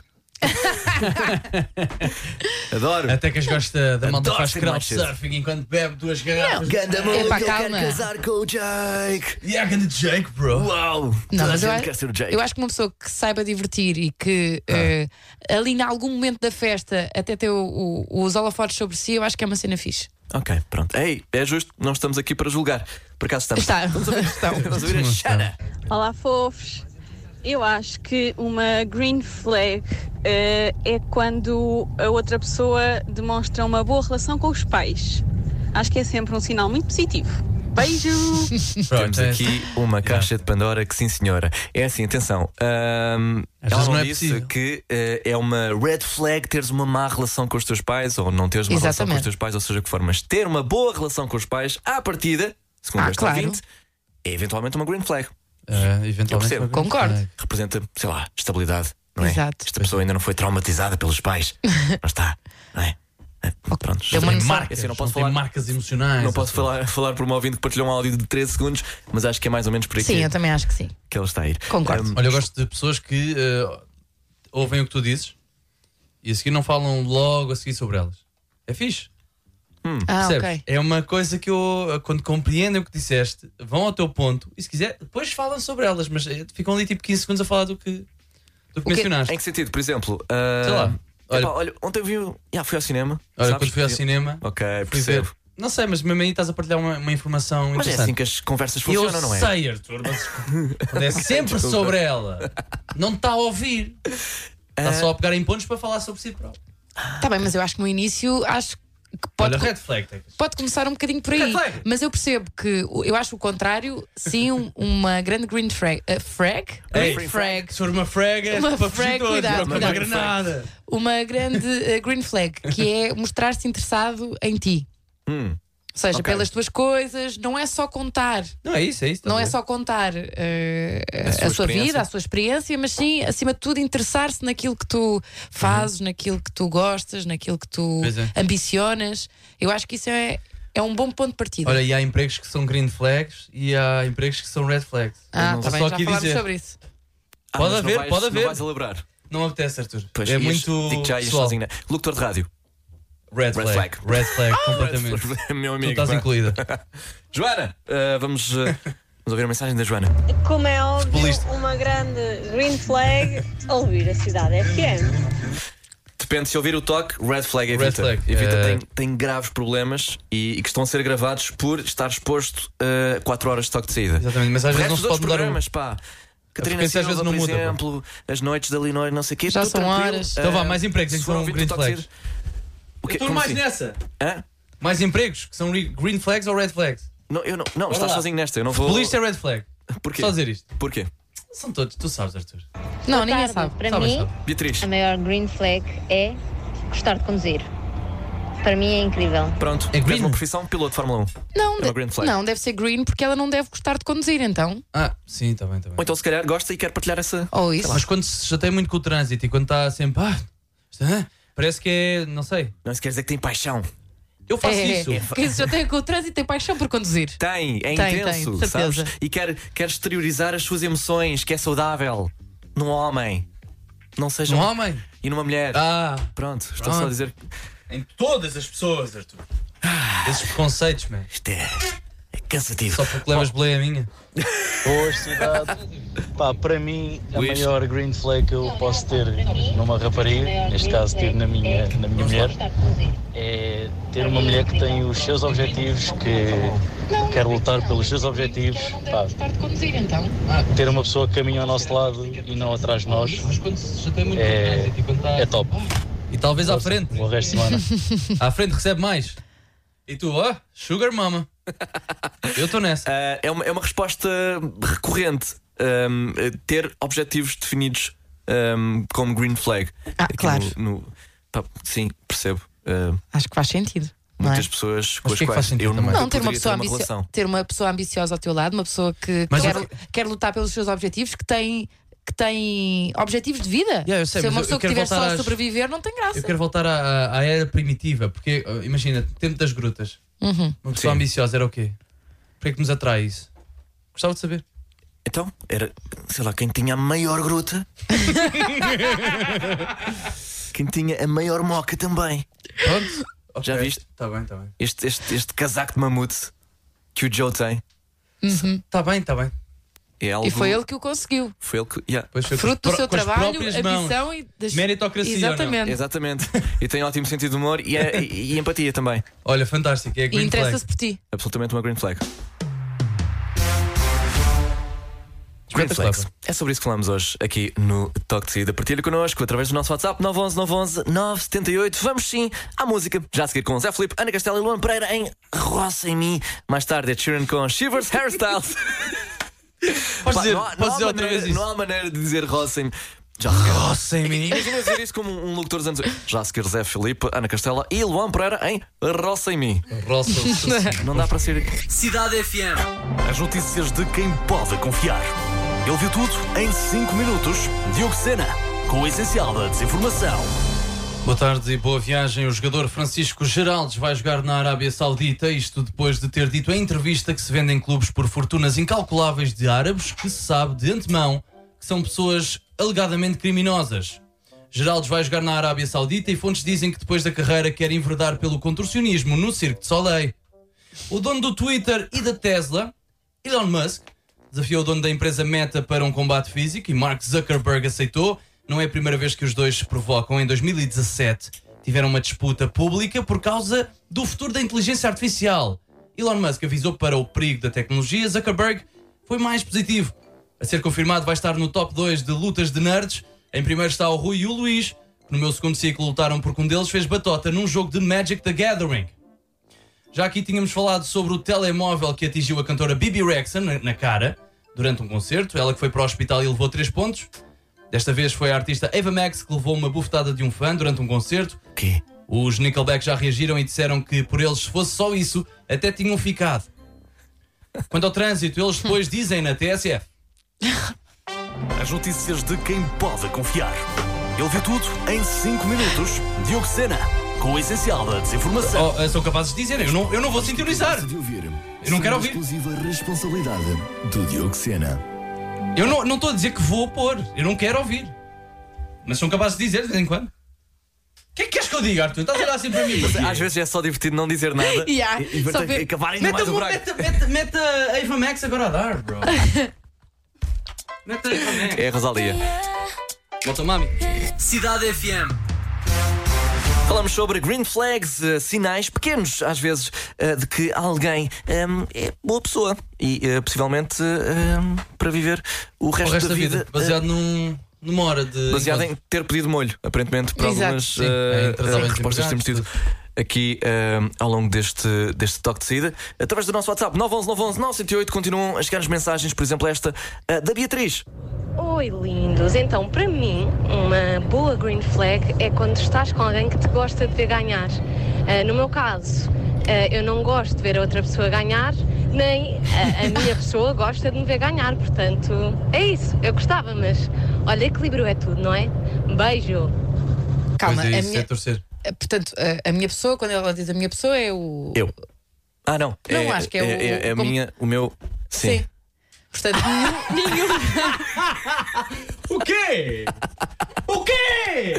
[SPEAKER 3] Adoro.
[SPEAKER 4] Até que as gosta da malta
[SPEAKER 3] Adoro
[SPEAKER 4] faz
[SPEAKER 3] ser machista.
[SPEAKER 4] crowdsurfing enquanto bebe duas garrafas.
[SPEAKER 3] Ganda
[SPEAKER 5] É pá,
[SPEAKER 3] eu quero
[SPEAKER 5] calma.
[SPEAKER 3] casar com o Jake.
[SPEAKER 4] E a grande Jake, bro.
[SPEAKER 3] Uau!
[SPEAKER 5] Não,
[SPEAKER 3] Toda a
[SPEAKER 5] mas eu,
[SPEAKER 3] gente
[SPEAKER 5] acho-
[SPEAKER 3] quer ser o Jake. Ah.
[SPEAKER 5] eu acho que uma pessoa que se saiba divertir e que eh, ali em algum momento da festa até ter o- o- os holofotes sobre si, eu acho que é uma cena fixe.
[SPEAKER 3] Ok, pronto. Ei, é justo, não estamos aqui para julgar. Por acaso estamos.
[SPEAKER 5] Está.
[SPEAKER 3] Vamos ouvir, Vamos ouvir a Xana.
[SPEAKER 9] Olá, fofos. Eu acho que uma green flag eh, é quando a outra pessoa demonstra uma boa relação com os pais. Acho que é sempre um sinal muito positivo. Beijo!
[SPEAKER 3] Temos
[SPEAKER 4] é
[SPEAKER 3] aqui uma caixa de Pandora que, sim, senhora. É assim, atenção. ahm,
[SPEAKER 4] Às
[SPEAKER 3] ela
[SPEAKER 4] vezes
[SPEAKER 3] não,
[SPEAKER 4] não é
[SPEAKER 3] disse
[SPEAKER 4] possível.
[SPEAKER 3] que eh, é uma red flag teres uma má relação com os teus pais ou não teres uma relação com os
[SPEAKER 5] Exatamente.
[SPEAKER 3] teus pais, ou seja o que for, mas ter uma boa relação com os pais à partida, segundo
[SPEAKER 5] Ah,
[SPEAKER 3] este
[SPEAKER 5] claro.
[SPEAKER 3] ouvinte, é eventualmente uma green flag.
[SPEAKER 4] Ah,
[SPEAKER 3] Eu
[SPEAKER 4] eventualmente.
[SPEAKER 3] percebo.
[SPEAKER 4] vai-
[SPEAKER 5] Concordo.
[SPEAKER 4] vai.
[SPEAKER 3] Representa, sei lá, estabilidade, não é?
[SPEAKER 5] Exato.
[SPEAKER 3] Esta pessoa ainda não foi traumatizada pelos pais. não está, não é? É, Pronto,
[SPEAKER 5] É uma
[SPEAKER 4] Tem
[SPEAKER 5] noção.
[SPEAKER 4] marcas,
[SPEAKER 3] Assim, não
[SPEAKER 4] não,
[SPEAKER 3] posso
[SPEAKER 4] tem
[SPEAKER 3] falar-
[SPEAKER 4] marcas emocionais.
[SPEAKER 3] Não posso falar, falar por uma ouvinte que partilhou um áudio de 13 segundos, mas acho que é mais ou menos por aqui
[SPEAKER 5] Sim, eu também acho que sim.
[SPEAKER 3] que ela está a ir.
[SPEAKER 5] Concordo.
[SPEAKER 3] Um,
[SPEAKER 4] Olha, eu gosto de pessoas que eh, ouvem o que tu dizes e a seguir não falam logo a seguir sobre elas. É fixe.
[SPEAKER 5] Ah,
[SPEAKER 4] Percebes?
[SPEAKER 5] ok.
[SPEAKER 4] É uma coisa que eu, quando compreendem o que disseste, vão ao teu ponto e se quiser, depois falam sobre elas, mas eh, ficam ali tipo 15 segundos a falar do que, do que
[SPEAKER 5] quê?
[SPEAKER 4] mencionaste.
[SPEAKER 3] em que sentido? Por exemplo, ah,
[SPEAKER 4] Sei lá.
[SPEAKER 3] epá, Olha,
[SPEAKER 4] Olha-
[SPEAKER 3] ontem vi. Já fui ao cinema.
[SPEAKER 4] Olha,
[SPEAKER 3] sabes?
[SPEAKER 4] quando fui ao cinema,
[SPEAKER 3] Ok,
[SPEAKER 4] fui
[SPEAKER 3] percebo.
[SPEAKER 4] ver- Não sei, mas mesmo aí estás a partilhar uma, uma informação
[SPEAKER 3] Mas é
[SPEAKER 4] interessante.
[SPEAKER 3] assim que as conversas
[SPEAKER 4] eu
[SPEAKER 3] funcionam, não é?
[SPEAKER 4] sei, Arthur, mas quando é sempre
[SPEAKER 3] Desculpa.
[SPEAKER 4] sobre ela. Não está a ouvir. Está só a pegar em pontos para falar sobre si próprio.
[SPEAKER 5] Está Tá bem, mas eu acho que no início acho que pode,
[SPEAKER 4] Olha, red flag. Tecas.
[SPEAKER 5] pode começar um bocadinho por aí.
[SPEAKER 4] Reflete.
[SPEAKER 5] Mas eu percebo que o- eu acho o contrário, sim, um- uma grande green frag. eh, frag?
[SPEAKER 4] Ei,
[SPEAKER 5] Green frag.
[SPEAKER 4] Sobre uma frega,
[SPEAKER 5] Uma
[SPEAKER 4] para fugir
[SPEAKER 5] frega,
[SPEAKER 4] todos,
[SPEAKER 5] cuidado,
[SPEAKER 4] não, com uma
[SPEAKER 5] cuidado.
[SPEAKER 4] granada.
[SPEAKER 5] Uma grande eh, green flag, que é mostrar-se interessado em ti.
[SPEAKER 3] Hum.
[SPEAKER 5] Ou seja,
[SPEAKER 3] Ok.
[SPEAKER 5] pelas tuas coisas, não é só contar.
[SPEAKER 4] Não é isso, é isso.
[SPEAKER 5] Não é
[SPEAKER 4] também.
[SPEAKER 5] só contar eh,
[SPEAKER 3] sua
[SPEAKER 5] a, sua
[SPEAKER 3] experiência.
[SPEAKER 5] vida, a sua experiência, mas sim, acima de tudo, interessar-se naquilo que tu fazes, naquilo que tu gostas, naquilo que tu
[SPEAKER 4] Uhum. Pois é.
[SPEAKER 5] ambicionas. Eu acho que isso é, é um bom ponto de partida.
[SPEAKER 4] Olha, e há empregos que são green flags e há empregos que são red flags.
[SPEAKER 5] ah,
[SPEAKER 4] não sei.
[SPEAKER 5] tá bem,
[SPEAKER 4] Só
[SPEAKER 5] já
[SPEAKER 4] aqui
[SPEAKER 5] falámos
[SPEAKER 4] dizer.
[SPEAKER 5] sobre isso.
[SPEAKER 3] Ah,
[SPEAKER 4] Pode
[SPEAKER 3] mas
[SPEAKER 4] haver,
[SPEAKER 3] não vais,
[SPEAKER 4] pode
[SPEAKER 3] Não
[SPEAKER 4] haver.
[SPEAKER 3] vais elaborar.
[SPEAKER 4] Não apetece, Arthur.
[SPEAKER 3] Pois,
[SPEAKER 4] é
[SPEAKER 3] ias-
[SPEAKER 4] muito.
[SPEAKER 3] Digo já ias
[SPEAKER 4] pessoal.
[SPEAKER 3] sozinho. né? Locutor de rádio.
[SPEAKER 4] Red,
[SPEAKER 3] Red
[SPEAKER 4] flag.
[SPEAKER 3] flag.
[SPEAKER 4] Red flag, completamente.
[SPEAKER 3] É Meu
[SPEAKER 4] Tu
[SPEAKER 3] amigo.
[SPEAKER 4] estás
[SPEAKER 3] pá.
[SPEAKER 4] incluída.
[SPEAKER 3] Joana, ah, vamos, ah, vamos ouvir a mensagem da Joana.
[SPEAKER 9] Como é óbvio,
[SPEAKER 4] Futebolista.
[SPEAKER 9] uma grande green flag ouvir a cidade FM.
[SPEAKER 3] Depende se ouvir o toque, red flag evita.
[SPEAKER 4] Red flag,
[SPEAKER 3] Evita
[SPEAKER 4] eh.
[SPEAKER 3] tem, tem graves problemas e, e que estão a ser gravados por estar exposto a 4 horas de toque de saída.
[SPEAKER 4] Exatamente, mas às
[SPEAKER 3] O
[SPEAKER 4] vezes
[SPEAKER 3] resto
[SPEAKER 4] não
[SPEAKER 3] dos
[SPEAKER 4] se pode
[SPEAKER 3] outros
[SPEAKER 4] mudar um.
[SPEAKER 3] programas, pá. Catarina
[SPEAKER 4] frequência
[SPEAKER 3] Silva,
[SPEAKER 4] às vezes
[SPEAKER 3] por
[SPEAKER 4] não muda, pá.
[SPEAKER 3] exemplo, as noites da Linói, não sei o quê.
[SPEAKER 5] Já
[SPEAKER 3] tudo
[SPEAKER 5] são
[SPEAKER 3] tranquilo.
[SPEAKER 5] horas.
[SPEAKER 4] Então vá,
[SPEAKER 3] Ah,
[SPEAKER 4] mais empregos em que
[SPEAKER 3] se for
[SPEAKER 4] são
[SPEAKER 3] ouvir o
[SPEAKER 4] green
[SPEAKER 3] toque de saída- O
[SPEAKER 4] Eu
[SPEAKER 3] quê?
[SPEAKER 4] estou
[SPEAKER 3] Como
[SPEAKER 4] mais
[SPEAKER 3] assim?
[SPEAKER 4] nessa.
[SPEAKER 3] Hã?
[SPEAKER 4] Mais empregos que são re- green flags ou red flags?
[SPEAKER 3] Não, eu não, não estás
[SPEAKER 4] lá.
[SPEAKER 3] sozinho nesta, eu não vou.
[SPEAKER 4] Polícia é red flag.
[SPEAKER 3] Porquê?
[SPEAKER 4] Só dizer isto.
[SPEAKER 3] Porquê?
[SPEAKER 4] São todos, tu sabes, Arthur.
[SPEAKER 5] Não, ninguém sabe.
[SPEAKER 8] Para
[SPEAKER 4] Sabes,
[SPEAKER 8] mim,
[SPEAKER 4] sabes.
[SPEAKER 3] Beatriz,
[SPEAKER 8] a maior green flag é gostar de conduzir. Para mim é incrível.
[SPEAKER 3] pronto.
[SPEAKER 4] É
[SPEAKER 3] tens
[SPEAKER 4] green?
[SPEAKER 3] uma profissão piloto de Fórmula 1.
[SPEAKER 4] É
[SPEAKER 5] Não,
[SPEAKER 3] uma green flag.
[SPEAKER 5] não, deve ser green porque ela não deve gostar de conduzir, então.
[SPEAKER 4] Ah, sim, está bem, está bem.
[SPEAKER 3] Ou então, se calhar, gosta e quer partilhar essa.
[SPEAKER 5] Ou isso.
[SPEAKER 4] Tá, Mas quando se chateia muito com o trânsito e quando está sempre. Ah, isto, ah, parece que é. Não sei.
[SPEAKER 3] Não se quer dizer que tem paixão.
[SPEAKER 4] Eu faço
[SPEAKER 5] É,
[SPEAKER 4] isso.
[SPEAKER 5] é, é. Quem se tem com o trânsito tem paixão por conduzir.
[SPEAKER 3] Tem, é
[SPEAKER 5] Tem,
[SPEAKER 3] intenso,
[SPEAKER 5] tem, de
[SPEAKER 3] sabes?
[SPEAKER 5] certeza.
[SPEAKER 3] E quer, quer exteriorizar as suas emoções, que é saudável num homem. Não seja
[SPEAKER 4] Um homem.
[SPEAKER 3] E numa mulher.
[SPEAKER 4] Ah,
[SPEAKER 3] Pronto, estou só a
[SPEAKER 4] Pronto.
[SPEAKER 3] dizer que
[SPEAKER 4] em todas as pessoas, Arthur. Ah. Esses preconceitos, man.
[SPEAKER 3] isto é, é cansativo.
[SPEAKER 4] Só porque levas boleia minha.
[SPEAKER 10] Boa cidade. Pá, para mim, a
[SPEAKER 3] Luís.
[SPEAKER 10] maior green flag é que eu posso ter numa rapariga, neste caso tive na minha, na minha mulher, é ter uma mulher que tem os seus objetivos, que quer lutar pelos seus objetivos. Pá,
[SPEAKER 5] de conduzir, então.
[SPEAKER 10] ter uma pessoa que caminha ao nosso lado e não atrás de nós
[SPEAKER 4] Mas quando se chateia muito
[SPEAKER 10] é,
[SPEAKER 4] tá-
[SPEAKER 10] é top.
[SPEAKER 4] E talvez à frente.
[SPEAKER 10] Bom resto de semana.
[SPEAKER 4] À frente recebe mais. E tu, ó, sugar mama. Eu estou nessa.
[SPEAKER 3] Ah, é, uma, é uma resposta recorrente. ahm, eh, ter objetivos definidos ahm, como green flag.
[SPEAKER 4] É
[SPEAKER 5] Ah,
[SPEAKER 3] Aqui
[SPEAKER 5] claro.
[SPEAKER 3] no- no- pá, sim, percebo. Ah,
[SPEAKER 5] Acho que faz sentido. Não, é?
[SPEAKER 3] muitas pessoas com
[SPEAKER 4] Mas o
[SPEAKER 3] as
[SPEAKER 4] que é que
[SPEAKER 3] quais
[SPEAKER 4] faz sentido
[SPEAKER 3] eu
[SPEAKER 4] também?
[SPEAKER 3] nunca
[SPEAKER 5] não ter,
[SPEAKER 3] poderia
[SPEAKER 5] uma pessoa
[SPEAKER 3] ter uma
[SPEAKER 5] ambicio-
[SPEAKER 3] relação.
[SPEAKER 5] ter uma pessoa ambiciosa ao teu lado, uma pessoa que
[SPEAKER 4] Mas
[SPEAKER 5] quer,
[SPEAKER 4] eu-
[SPEAKER 5] quer lutar pelos seus objetivos, que tem, que tem objetivos de vida.
[SPEAKER 4] Yeah, eu sei,
[SPEAKER 5] Se é
[SPEAKER 4] mas
[SPEAKER 5] uma
[SPEAKER 4] eu- eu
[SPEAKER 5] pessoa que
[SPEAKER 4] quero
[SPEAKER 5] estiver só
[SPEAKER 4] voltar
[SPEAKER 5] a
[SPEAKER 4] às-
[SPEAKER 5] sobreviver, não tem graça.
[SPEAKER 4] Eu quero voltar à, à- à era primitiva, porque ah, imagina, tempo das
[SPEAKER 5] Uhum.
[SPEAKER 4] grutas. Uma pessoa
[SPEAKER 3] Sim.
[SPEAKER 4] ambiciosa era o quê? Porquê é que nos atrai isso? Gostava de saber.
[SPEAKER 3] Então, era, sei lá, quem tinha a maior gruta. quem tinha a maior moca também.
[SPEAKER 4] Pronto.
[SPEAKER 3] Já
[SPEAKER 4] Ok.
[SPEAKER 3] viste?
[SPEAKER 4] Tá bem, tá bem.
[SPEAKER 3] Este, este, este casaco de mamute que o Joe tem.
[SPEAKER 4] Tá bem, tá bem.
[SPEAKER 3] É algo,
[SPEAKER 5] E foi ele que o conseguiu.
[SPEAKER 3] Foi ele que. yeah,
[SPEAKER 4] Pois foi com
[SPEAKER 5] Fruto do
[SPEAKER 4] as pró-
[SPEAKER 5] seu
[SPEAKER 4] com as
[SPEAKER 5] trabalho,
[SPEAKER 4] próprias mãos.
[SPEAKER 5] ambição e das...
[SPEAKER 4] Meritocracia, ou não? é?
[SPEAKER 5] Exatamente.
[SPEAKER 3] Exatamente. e tem ótimo sentido de humor e, é- e- e empatia também.
[SPEAKER 4] Olha, fantástico. É
[SPEAKER 5] E
[SPEAKER 4] green flag.
[SPEAKER 5] interessa-se por ti.
[SPEAKER 3] Absolutamente uma green flag. Green
[SPEAKER 4] Espetacular.
[SPEAKER 3] flags. É sobre isso que falamos hoje aqui no Talk de Saída. Partilha connosco através do nosso WhatsApp 911 911 978. Vamos sim à música. Já a seguir com Zé Felipe, Ana Castela e Luan Pereira em Roça em Mim. Mais tarde é Sheeran com Shivers Hairstyles.
[SPEAKER 4] Posso
[SPEAKER 3] Pá,
[SPEAKER 4] dizer,
[SPEAKER 3] não, há- não
[SPEAKER 4] posso
[SPEAKER 3] há
[SPEAKER 4] dizer outra
[SPEAKER 3] maneira-
[SPEAKER 4] vez isso?
[SPEAKER 3] não há maneira de dizer roça em Mim. Já se quer.
[SPEAKER 4] Roça em mim.
[SPEAKER 3] Imagina dizer isso como um um locutor dos anos. 80. Já a seguir Zé Felipe, Ana Castela e Luan Pereira em Roça em Mim.
[SPEAKER 4] Roça.
[SPEAKER 3] Não dá para ser.
[SPEAKER 1] Cidade FM.
[SPEAKER 3] As notícias de quem pode
[SPEAKER 1] Confiar. Ele viu tudo em 5 minutos. Diogo Sena, com o essencial da desinformação.
[SPEAKER 4] Boa tarde e boa viagem. O jogador Francisco Geraldes vai jogar na Arábia Saudita, isto depois de ter dito em entrevista que se vendem clubes por fortunas incalculáveis de árabes que se sabe de antemão que são pessoas alegadamente criminosas. Geraldes vai jogar na Arábia Saudita e fontes dizem que depois da carreira quer enverdar pelo contorcionismo no Cirque de Soleil. O dono do Twitter e da Tesla, Elon Musk, desafiou o dono da empresa Meta para um combate físico e Mark Zuckerberg aceitou. Não é a primeira vez que os dois se provocam. Em 2017 tiveram uma disputa pública por causa do futuro da inteligência artificial. Elon Musk avisou para o perigo da tecnologia, Zuckerberg foi mais positivo. A ser confirmado, vai estar no top 2 de lutas de nerds. Em primeiro está o Rui e o Luís, que no meu segundo ciclo lutaram porque um deles fez batota num jogo de Magic the Gathering. Já aqui tínhamos falado sobre o telemóvel que atingiu a cantora Bibi Rexha na, na cara durante um concerto. Ela que foi para o hospital e levou 3 pontos. Desta vez foi a artista Ava Max que levou uma bufetada de um fã durante um concerto.
[SPEAKER 3] Quê?
[SPEAKER 4] Os Nickelback já reagiram e disseram que por eles, se fosse só isso, até tinham ficado. Quanto ao trânsito, eles depois dizem na TSF.
[SPEAKER 1] As notícias de quem pode confiar. Ele viu tudo em 5 minutos. Diogo Sena, com o essencial da desinformação.
[SPEAKER 4] Oh, eh, são capazes de dizer, eu não, eu não vou sintonizar.
[SPEAKER 1] de ouvir.
[SPEAKER 4] Eu não quero ouvir.
[SPEAKER 1] Exclusiva responsabilidade do Diogo Sena.
[SPEAKER 4] Eu não não estou a dizer que vou pôr, eu não quero ouvir. Mas são capazes de dizer de vez em quando. O que é que queres que eu diga, Arthur? Estás a olhar assim para mim.
[SPEAKER 3] Às vezes é só divertido não dizer nada
[SPEAKER 5] Yeah,
[SPEAKER 3] e, e
[SPEAKER 5] só ver-
[SPEAKER 3] acabar ainda
[SPEAKER 4] Meta,
[SPEAKER 3] mais o
[SPEAKER 4] uma-
[SPEAKER 3] buraco.
[SPEAKER 4] meta, meta, meta a Eva Max agora a dar, bro. meta a Eva Max.
[SPEAKER 3] É a Rosalia. É.
[SPEAKER 4] Volta, mami.
[SPEAKER 1] Cidade FM.
[SPEAKER 3] Falamos sobre green flags, eh, sinais pequenos, às vezes, eh, de que alguém ehm, é boa pessoa e eh, possivelmente ehm, para viver o
[SPEAKER 4] O
[SPEAKER 3] resto,
[SPEAKER 4] resto da vida,
[SPEAKER 3] eh,
[SPEAKER 4] baseado num, numa hora de.
[SPEAKER 3] baseado em ter pedido molho, aparentemente, para
[SPEAKER 5] Exato.
[SPEAKER 3] algumas
[SPEAKER 4] Sim,
[SPEAKER 3] eh,
[SPEAKER 5] É
[SPEAKER 4] em tratamento
[SPEAKER 3] eh, respostas que temos tido aqui eh, ao longo deste, deste toque de saída. Através do nosso WhatsApp 911 911 908 continuam a chegar-nos mensagens, por exemplo, esta eh, da Beatriz.
[SPEAKER 6] Oi, lindos. Então, para mim, uma boa green flag é quando estás com alguém que te gosta de ver ganhar. Ah, no meu caso, ah, eu não gosto de ver a outra pessoa ganhar, nem a, a minha pessoa gosta de me ver ganhar. Portanto, é isso. Eu gostava, mas olha, equilíbrio é tudo, não é? Beijo.
[SPEAKER 4] é
[SPEAKER 5] Calma, a
[SPEAKER 4] isso,
[SPEAKER 5] minha,
[SPEAKER 4] é torcer.
[SPEAKER 5] eh, portanto, a, a minha pessoa, quando ela diz a minha pessoa, é o.
[SPEAKER 3] Eu. Ah, não.
[SPEAKER 5] Não, acho que é o-
[SPEAKER 3] é, a
[SPEAKER 5] como-
[SPEAKER 3] minha, o meu.
[SPEAKER 5] Sim.
[SPEAKER 3] Sim.
[SPEAKER 5] Portanto,
[SPEAKER 4] Ah,
[SPEAKER 5] nu- nenhum.
[SPEAKER 4] O quê? O quê?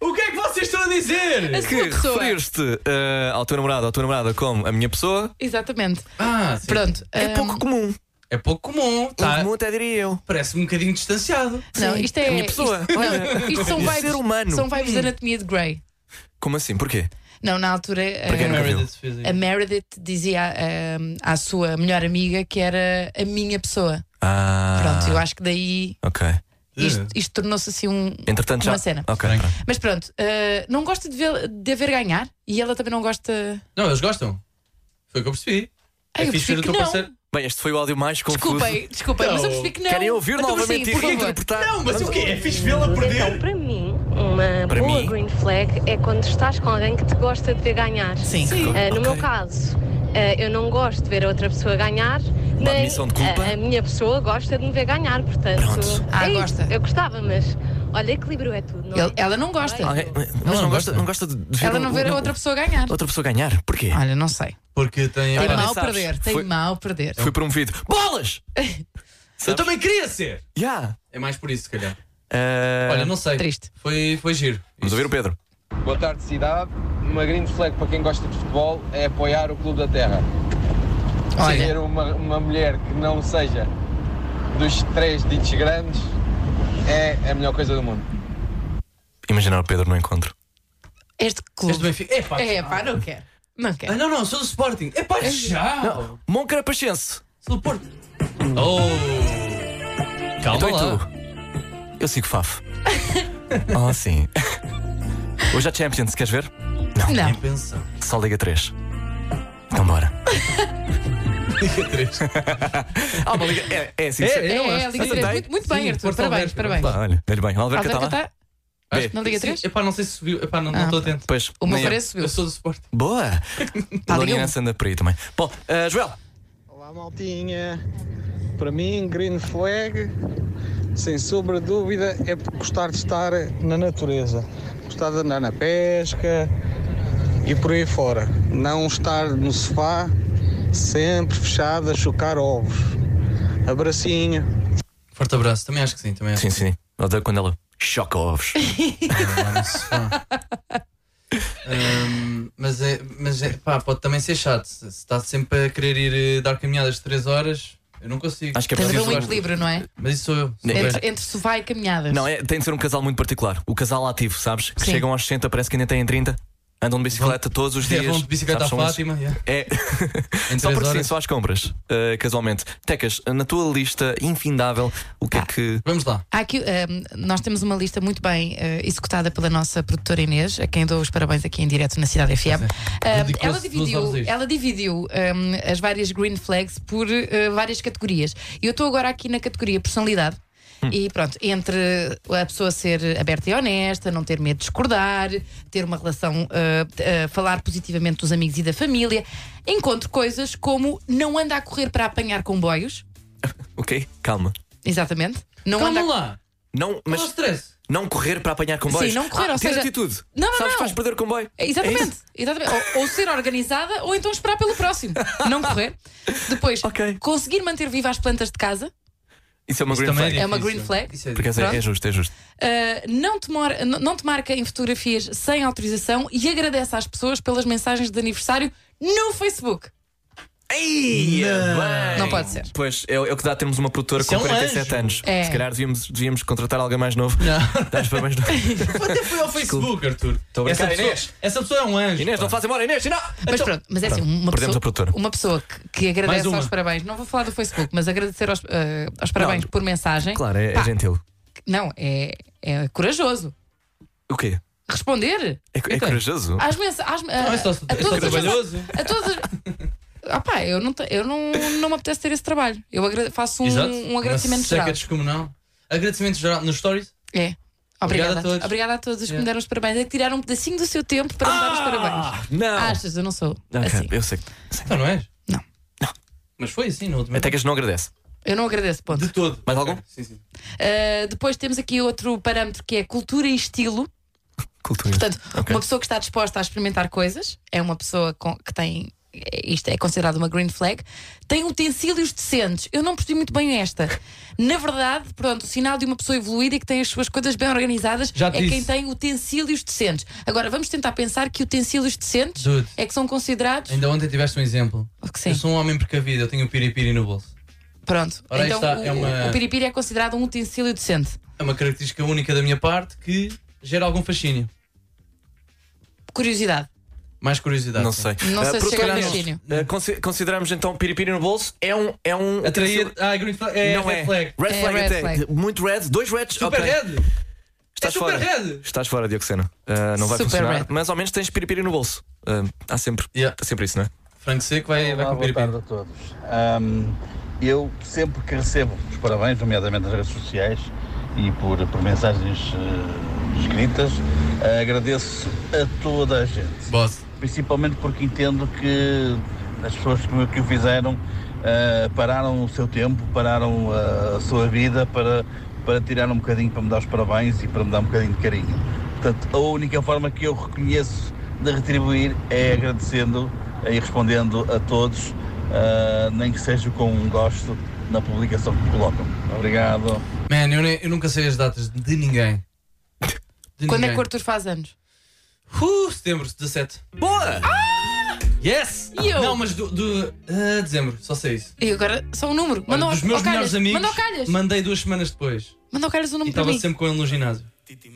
[SPEAKER 4] O que é que vocês estão a dizer?
[SPEAKER 3] Que
[SPEAKER 5] Uma pessoa.
[SPEAKER 3] referir-te eh, ao teu namorado, à tua namorada como a minha pessoa
[SPEAKER 5] Exatamente.
[SPEAKER 4] Ah, sim.
[SPEAKER 5] Pronto.
[SPEAKER 3] é
[SPEAKER 5] hum,
[SPEAKER 3] pouco comum.
[SPEAKER 4] É pouco comum,
[SPEAKER 3] Pouco
[SPEAKER 4] tá?
[SPEAKER 3] comum até diria eu.
[SPEAKER 4] Parece um bocadinho distanciado.
[SPEAKER 5] Não, isto é.
[SPEAKER 3] a minha pessoa.
[SPEAKER 5] Isto, não, isto são
[SPEAKER 3] Um
[SPEAKER 5] vibes.
[SPEAKER 3] ser humano.
[SPEAKER 5] São vibes da anatomia de Grey.
[SPEAKER 3] Como assim? Porquê?
[SPEAKER 5] Não, na altura.
[SPEAKER 3] Para
[SPEAKER 4] é
[SPEAKER 3] quem
[SPEAKER 5] hum,
[SPEAKER 3] não viu.
[SPEAKER 4] Meredith fez isso.
[SPEAKER 5] a Meredith dizia hum, à sua melhor amiga que era a minha pessoa.
[SPEAKER 3] Ah.
[SPEAKER 5] Pronto, eu acho que daí
[SPEAKER 3] Ok.
[SPEAKER 5] isto, isto tornou-se assim um,
[SPEAKER 3] Entretanto, já.
[SPEAKER 5] uma cena.
[SPEAKER 3] Ok.
[SPEAKER 4] Estranho.
[SPEAKER 3] pronto.
[SPEAKER 5] Mas pronto, eh, não gosta de, ver, de a ver ganhar e ela também não gosta.
[SPEAKER 4] Não, eles gostam. Foi o que eu percebi. É
[SPEAKER 5] Ai, Ah, eu
[SPEAKER 4] fixe
[SPEAKER 5] percebi
[SPEAKER 4] ver o
[SPEAKER 5] que
[SPEAKER 4] teu
[SPEAKER 5] não.
[SPEAKER 4] parceiro.
[SPEAKER 3] Bem, este foi o áudio mais confuso.
[SPEAKER 5] Desculpem, desculpem, mas eu percebi que não.
[SPEAKER 3] Querem ouvir
[SPEAKER 5] Então,
[SPEAKER 3] novamente
[SPEAKER 5] sim,
[SPEAKER 3] e
[SPEAKER 5] por favor.
[SPEAKER 3] reinterpretar?
[SPEAKER 4] Não, mas o quê? É fixe vê-la
[SPEAKER 6] Então,
[SPEAKER 4] perder.
[SPEAKER 6] para mim, uma
[SPEAKER 3] Para
[SPEAKER 6] boa
[SPEAKER 3] mim?
[SPEAKER 6] green flag é quando estás com alguém que te gosta de ver ganhar.
[SPEAKER 5] Sim.
[SPEAKER 6] Ah, no
[SPEAKER 3] Ok.
[SPEAKER 6] meu caso, ah, eu não gosto de ver a outra pessoa ganhar, nem
[SPEAKER 3] admissão de culpa?
[SPEAKER 6] a, a minha pessoa gosta de me ver ganhar, portanto.
[SPEAKER 3] Pronto.
[SPEAKER 5] Ah,
[SPEAKER 6] é isso.
[SPEAKER 5] gosta.
[SPEAKER 6] Eu gostava, mas olha, equilíbrio é tudo, não é?
[SPEAKER 5] Ele- ela não gosta.
[SPEAKER 3] Alguém- Ah, é, Mas não,
[SPEAKER 4] não
[SPEAKER 3] gosta,
[SPEAKER 4] gosta.
[SPEAKER 3] não gosta de ver,
[SPEAKER 5] Ela
[SPEAKER 3] o-
[SPEAKER 5] não vê a
[SPEAKER 3] o-
[SPEAKER 5] outra pessoa Ah, ganhar.
[SPEAKER 3] outra pessoa ganhar. Porquê?
[SPEAKER 5] Olha, não sei.
[SPEAKER 4] Porque tem.
[SPEAKER 5] Tem
[SPEAKER 3] Olha,
[SPEAKER 5] mal
[SPEAKER 3] sabes,
[SPEAKER 5] perder, tem
[SPEAKER 3] foi-
[SPEAKER 5] mal perder.
[SPEAKER 3] Foi promovido. Bolas!
[SPEAKER 4] Eu também queria ser!
[SPEAKER 3] Yeah.
[SPEAKER 4] É mais por isso, se calhar.
[SPEAKER 3] Ah,
[SPEAKER 4] Olha, não sei.
[SPEAKER 5] É Triste.
[SPEAKER 4] Foi, foi giro.
[SPEAKER 3] Vamos ouvir o Pedro.
[SPEAKER 11] Boa tarde, cidade. Uma green flag para quem gosta de futebol é apoiar o Clube da Terra. Ser
[SPEAKER 5] Olha,
[SPEAKER 11] uma, uma mulher que não seja dos três ditos grandes é a melhor coisa do mundo.
[SPEAKER 3] Imaginar o Pedro no encontro.
[SPEAKER 5] este
[SPEAKER 4] Este
[SPEAKER 5] clube.
[SPEAKER 4] Benfica. É, pá.
[SPEAKER 5] É, pá, não quero. Não
[SPEAKER 4] Ah,
[SPEAKER 5] quero.
[SPEAKER 4] não, não, sou do Sporting. É pá, já!
[SPEAKER 3] Moncara Pachense.
[SPEAKER 4] Sou do Porto. Oh! Calma
[SPEAKER 3] Hum. Então e
[SPEAKER 4] lá.
[SPEAKER 3] tu? Eu sigo Faf. oh, sim. Hoje há Champions, queres ver?
[SPEAKER 4] Nem
[SPEAKER 5] Não.
[SPEAKER 4] pensa.
[SPEAKER 3] Só Liga 3. Então bora.
[SPEAKER 4] Liga 3.
[SPEAKER 3] Ah, uma Liga. É, é assim.
[SPEAKER 4] É,
[SPEAKER 5] É,
[SPEAKER 4] eu
[SPEAKER 5] é,
[SPEAKER 4] acho.
[SPEAKER 5] Liga 3.
[SPEAKER 3] Acertei.
[SPEAKER 5] Muito, muito bem,
[SPEAKER 4] Sim,
[SPEAKER 5] Arthur.
[SPEAKER 4] Porto
[SPEAKER 5] Parabéns,
[SPEAKER 4] Alberto,
[SPEAKER 5] parabéns.
[SPEAKER 3] Pá, olha, olha bem. Alberca
[SPEAKER 5] Alberto
[SPEAKER 3] está lá?
[SPEAKER 5] está na Liga 3?
[SPEAKER 4] É pá, não sei se subiu. É pá, não
[SPEAKER 5] Ah.
[SPEAKER 4] estou atento.
[SPEAKER 3] Pois.
[SPEAKER 5] O meu
[SPEAKER 3] nem é. eu.
[SPEAKER 5] parece subiu.
[SPEAKER 4] Eu sou do Sporting.
[SPEAKER 3] Boa.
[SPEAKER 5] Pá,
[SPEAKER 3] A
[SPEAKER 5] liga
[SPEAKER 3] Liliana anda por aí também. Bom, ah, Joel.
[SPEAKER 11] Olá, maltinha. Para mim, green flag, sem sombra de dúvida, é por gostar de estar na natureza. Gostar de andar na pesca e por aí fora. Não estar no sofá, sempre fechado a chocar ovos. Abracinho.
[SPEAKER 4] Forte abraço. Também acho que sim. Também acho
[SPEAKER 3] Sim, sim. Odeio quando ela choca ovos.
[SPEAKER 4] Hum, mas é, mas é, pá, pode também ser chato. Se se está sempre a querer ir eh, dar caminhadas de 3 horas, eu não consigo.
[SPEAKER 3] Acho que é
[SPEAKER 5] Tens de haver
[SPEAKER 3] preciso.
[SPEAKER 5] um equilíbrio, não é?
[SPEAKER 4] Mas isso sou eu. Sou eu.
[SPEAKER 5] Entre, entre sofá e caminhadas.
[SPEAKER 3] Não, é, tem de ser um casal muito particular. O casal ativo, sabes? Que
[SPEAKER 5] Sim.
[SPEAKER 3] chegam aos 60, parece que ainda têm 30. Andam de bicicleta todos os
[SPEAKER 4] Até
[SPEAKER 3] dias.
[SPEAKER 4] vão é de bicicleta à
[SPEAKER 3] sabes, são esses.
[SPEAKER 4] Fátima. yeah.
[SPEAKER 3] É.
[SPEAKER 4] Em
[SPEAKER 3] só
[SPEAKER 4] três
[SPEAKER 3] porque sim,
[SPEAKER 4] horas.
[SPEAKER 3] só às compras, eh, casualmente. Tecas, na tua lista infindável, o que é que.
[SPEAKER 4] Vamos lá.
[SPEAKER 5] Há aqui, ehm, nós temos uma lista muito bem eh, executada pela nossa produtora Inês, a quem dou os parabéns aqui em direto na Cidade FM.
[SPEAKER 3] Ah,
[SPEAKER 5] Ehm,
[SPEAKER 4] Dedicou-se
[SPEAKER 5] ela
[SPEAKER 4] duas horas
[SPEAKER 5] dividiu,
[SPEAKER 4] a isto.
[SPEAKER 5] ela dividiu ehm, as várias green flags por eh, várias categorias. E eu estou agora aqui na categoria personalidade.
[SPEAKER 4] Hum.
[SPEAKER 5] E pronto, entre a pessoa ser aberta e honesta, não ter medo de discordar, ter uma relação, eh, eh, falar positivamente dos amigos e da família, encontro coisas como não anda a correr para apanhar comboios,
[SPEAKER 3] Ok? Calma.
[SPEAKER 5] exatamente. Não
[SPEAKER 4] Calma
[SPEAKER 5] anda a-
[SPEAKER 4] lá.
[SPEAKER 3] Não,
[SPEAKER 4] Mas
[SPEAKER 3] é mas
[SPEAKER 4] stress.
[SPEAKER 3] não correr para apanhar comboios.
[SPEAKER 5] Sim, não correr,
[SPEAKER 3] ah,
[SPEAKER 5] ou
[SPEAKER 3] ter
[SPEAKER 5] seja-
[SPEAKER 3] atitude.
[SPEAKER 5] Não, não,
[SPEAKER 3] sabes
[SPEAKER 5] não.
[SPEAKER 3] que vais perder o comboio.
[SPEAKER 5] É,
[SPEAKER 3] É
[SPEAKER 5] Exatamente,
[SPEAKER 3] isso?
[SPEAKER 5] exatamente. Ou, ou ser organizada ou então esperar pelo próximo, não correr. Depois,
[SPEAKER 3] Ok.
[SPEAKER 5] conseguir manter viva as plantas de casa,
[SPEAKER 3] Isso é uma
[SPEAKER 4] Isso
[SPEAKER 3] green
[SPEAKER 4] também
[SPEAKER 3] flag.
[SPEAKER 5] É uma
[SPEAKER 4] difícil.
[SPEAKER 5] green flag?
[SPEAKER 4] Isso é
[SPEAKER 3] Porque
[SPEAKER 4] difícil.
[SPEAKER 3] é, é justo, é justo.
[SPEAKER 5] uh, não, te mor- n- não te marca em fotografias sem autorização e agradece às pessoas pelas mensagens de aniversário no Facebook.
[SPEAKER 3] Ei, bem.
[SPEAKER 5] Não pode ser.
[SPEAKER 3] Pois é, é o que dá termos uma produtora
[SPEAKER 4] Isso
[SPEAKER 3] com
[SPEAKER 4] é um
[SPEAKER 3] 47
[SPEAKER 4] anjo.
[SPEAKER 3] anos.
[SPEAKER 5] É.
[SPEAKER 3] Se calhar devíamos, devíamos contratar alguém mais novo.
[SPEAKER 4] Não.
[SPEAKER 3] Dás parabéns. no-
[SPEAKER 4] Até foi ao Facebook, Arthur.
[SPEAKER 3] a brincar,
[SPEAKER 4] Essa
[SPEAKER 3] Inês.
[SPEAKER 4] pessoa, essa pessoa é um anjo.
[SPEAKER 3] Inês, não
[SPEAKER 4] pá.
[SPEAKER 3] faz embora, Inês, não!
[SPEAKER 5] Mas pronto, mas é assim, uma
[SPEAKER 3] perdemos
[SPEAKER 5] pessoa,
[SPEAKER 3] a produtora.
[SPEAKER 5] uma pessoa que, que
[SPEAKER 4] Mais
[SPEAKER 5] agradece
[SPEAKER 4] uma.
[SPEAKER 5] aos parabéns, não vou falar do Facebook, mas agradecer aos, uh, aos parabéns por mensagem.
[SPEAKER 3] Claro, é, é
[SPEAKER 5] Pá.
[SPEAKER 3] gentil.
[SPEAKER 5] Não, é, é corajoso.
[SPEAKER 3] O quê?
[SPEAKER 5] Responder
[SPEAKER 3] É, é
[SPEAKER 4] Então.
[SPEAKER 3] corajoso?
[SPEAKER 5] às mensagens.
[SPEAKER 4] Não, é só,
[SPEAKER 5] a
[SPEAKER 4] é só
[SPEAKER 5] todas as
[SPEAKER 4] trabalhoso.
[SPEAKER 5] A todas. Ah pá, eu não, te- eu não, não me apetece ter esse trabalho. Eu agra- faço um,
[SPEAKER 4] Exato.
[SPEAKER 5] um agradecimento
[SPEAKER 4] Uma seca
[SPEAKER 5] geral.
[SPEAKER 4] descomunal. Agradecimento geral nos stories.
[SPEAKER 5] É.
[SPEAKER 4] Obrigado
[SPEAKER 5] Obrigada
[SPEAKER 4] a todos.
[SPEAKER 5] Obrigada a todos que
[SPEAKER 4] Yeah.
[SPEAKER 5] me deram os parabéns. É que tiraram um pedacinho do seu tempo para me dar os
[SPEAKER 4] Ah!
[SPEAKER 5] parabéns.
[SPEAKER 3] Ah, Não!
[SPEAKER 5] Achas? Eu não sou
[SPEAKER 3] Ok,
[SPEAKER 5] assim.
[SPEAKER 3] eu sei. sei.
[SPEAKER 4] Então não és?
[SPEAKER 5] Não.
[SPEAKER 4] Mas foi assim no último.
[SPEAKER 3] Até que este não agradece.
[SPEAKER 5] Eu não agradeço, ponto.
[SPEAKER 4] De todo.
[SPEAKER 3] Mais algum?
[SPEAKER 4] Sim, sim.
[SPEAKER 5] Ah, depois temos aqui outro parâmetro que é cultura e estilo.
[SPEAKER 3] Cultura.
[SPEAKER 5] Portanto,
[SPEAKER 3] Ok.
[SPEAKER 5] uma pessoa que está disposta a experimentar coisas é uma pessoa com- que tem. Isto é considerado uma green flag. Tem utensílios decentes. Eu não percebi muito bem esta. Na verdade, pronto, o sinal de uma pessoa evoluída e que tem as suas coisas bem organizadas
[SPEAKER 4] Já
[SPEAKER 5] é
[SPEAKER 4] te disse.
[SPEAKER 5] quem tem utensílios decentes. Agora, vamos tentar pensar que utensílios decentes
[SPEAKER 4] Dude.
[SPEAKER 5] é que são considerados. Oh,
[SPEAKER 4] Ainda ontem tiveste um exemplo.
[SPEAKER 5] Que sim.
[SPEAKER 4] Eu sou um homem precavido, eu tenho o piripiri no bolso.
[SPEAKER 5] Pronto.
[SPEAKER 4] Ora, aí
[SPEAKER 5] então,
[SPEAKER 4] está,
[SPEAKER 5] o,
[SPEAKER 4] é uma-
[SPEAKER 5] o piripiri é considerado um utensílio decente.
[SPEAKER 4] É uma característica única da minha parte que gera algum fascínio.
[SPEAKER 5] Curiosidade.
[SPEAKER 4] Mais curiosidade.
[SPEAKER 3] Não
[SPEAKER 4] sim.
[SPEAKER 3] sei.
[SPEAKER 5] Não
[SPEAKER 3] Ah,
[SPEAKER 5] sei se chega ao
[SPEAKER 3] portanto,
[SPEAKER 5] imagínio.
[SPEAKER 3] ah, consi- consideramos então piripiri no bolso. É um. É um
[SPEAKER 4] Atrair. Ah, green flag. É
[SPEAKER 3] não
[SPEAKER 4] red
[SPEAKER 3] é.
[SPEAKER 4] flag.
[SPEAKER 3] Red
[SPEAKER 5] É
[SPEAKER 3] flag
[SPEAKER 5] red
[SPEAKER 3] até.
[SPEAKER 5] flag.
[SPEAKER 3] Muito red. Dois reds.
[SPEAKER 4] Super
[SPEAKER 3] ok.
[SPEAKER 4] red. É
[SPEAKER 3] Estás
[SPEAKER 4] super
[SPEAKER 3] fora.
[SPEAKER 4] red.
[SPEAKER 3] Estás fora, Dioxena. Ah, não vai
[SPEAKER 5] Super
[SPEAKER 3] funcionar.
[SPEAKER 5] red.
[SPEAKER 3] Mas ao menos tens piripiri no bolso. Ah, há sempre.
[SPEAKER 4] Yeah.
[SPEAKER 3] Há sempre isso, não é?
[SPEAKER 4] Franco Seco vai, vai
[SPEAKER 10] Olá,
[SPEAKER 4] com
[SPEAKER 10] boa
[SPEAKER 4] piripiri.
[SPEAKER 10] tarde a todos. Ahm, eu sempre que recebo os parabéns, nomeadamente nas redes sociais e por, por mensagens eh, escritas, eh, agradeço a toda a gente.
[SPEAKER 4] Boss.
[SPEAKER 10] Principalmente porque entendo que as pessoas que, o- que o fizeram eh, pararam o seu tempo, pararam eh, a sua vida para, para tirar um bocadinho, para me dar os parabéns e para me dar um bocadinho de carinho. Portanto, a única forma que eu reconheço de retribuir é agradecendo e respondendo a todos
[SPEAKER 12] ah, nem que seja com um gosto na publicação que colocam. Obrigado.
[SPEAKER 4] Man, eu, nem- eu nunca sei as datas de ninguém. De
[SPEAKER 5] Quando é
[SPEAKER 4] ninguém.
[SPEAKER 5] que o Arthur faz anos?
[SPEAKER 4] Uh, setembro, 17.
[SPEAKER 3] Boa!
[SPEAKER 4] Yes!
[SPEAKER 5] E eu?
[SPEAKER 4] Não, mas do, do ah, dezembro, só sei isso.
[SPEAKER 5] E agora só um número. Manda
[SPEAKER 4] Olha,
[SPEAKER 5] ao-
[SPEAKER 4] dos meus
[SPEAKER 5] ao
[SPEAKER 4] melhores
[SPEAKER 5] calhas.
[SPEAKER 4] amigos,
[SPEAKER 5] Manda ao calhas.
[SPEAKER 4] mandei duas semanas depois.
[SPEAKER 5] Manda ao calhas o
[SPEAKER 4] E
[SPEAKER 5] número para
[SPEAKER 4] estava
[SPEAKER 5] mim.
[SPEAKER 4] sempre com ele no ginásio.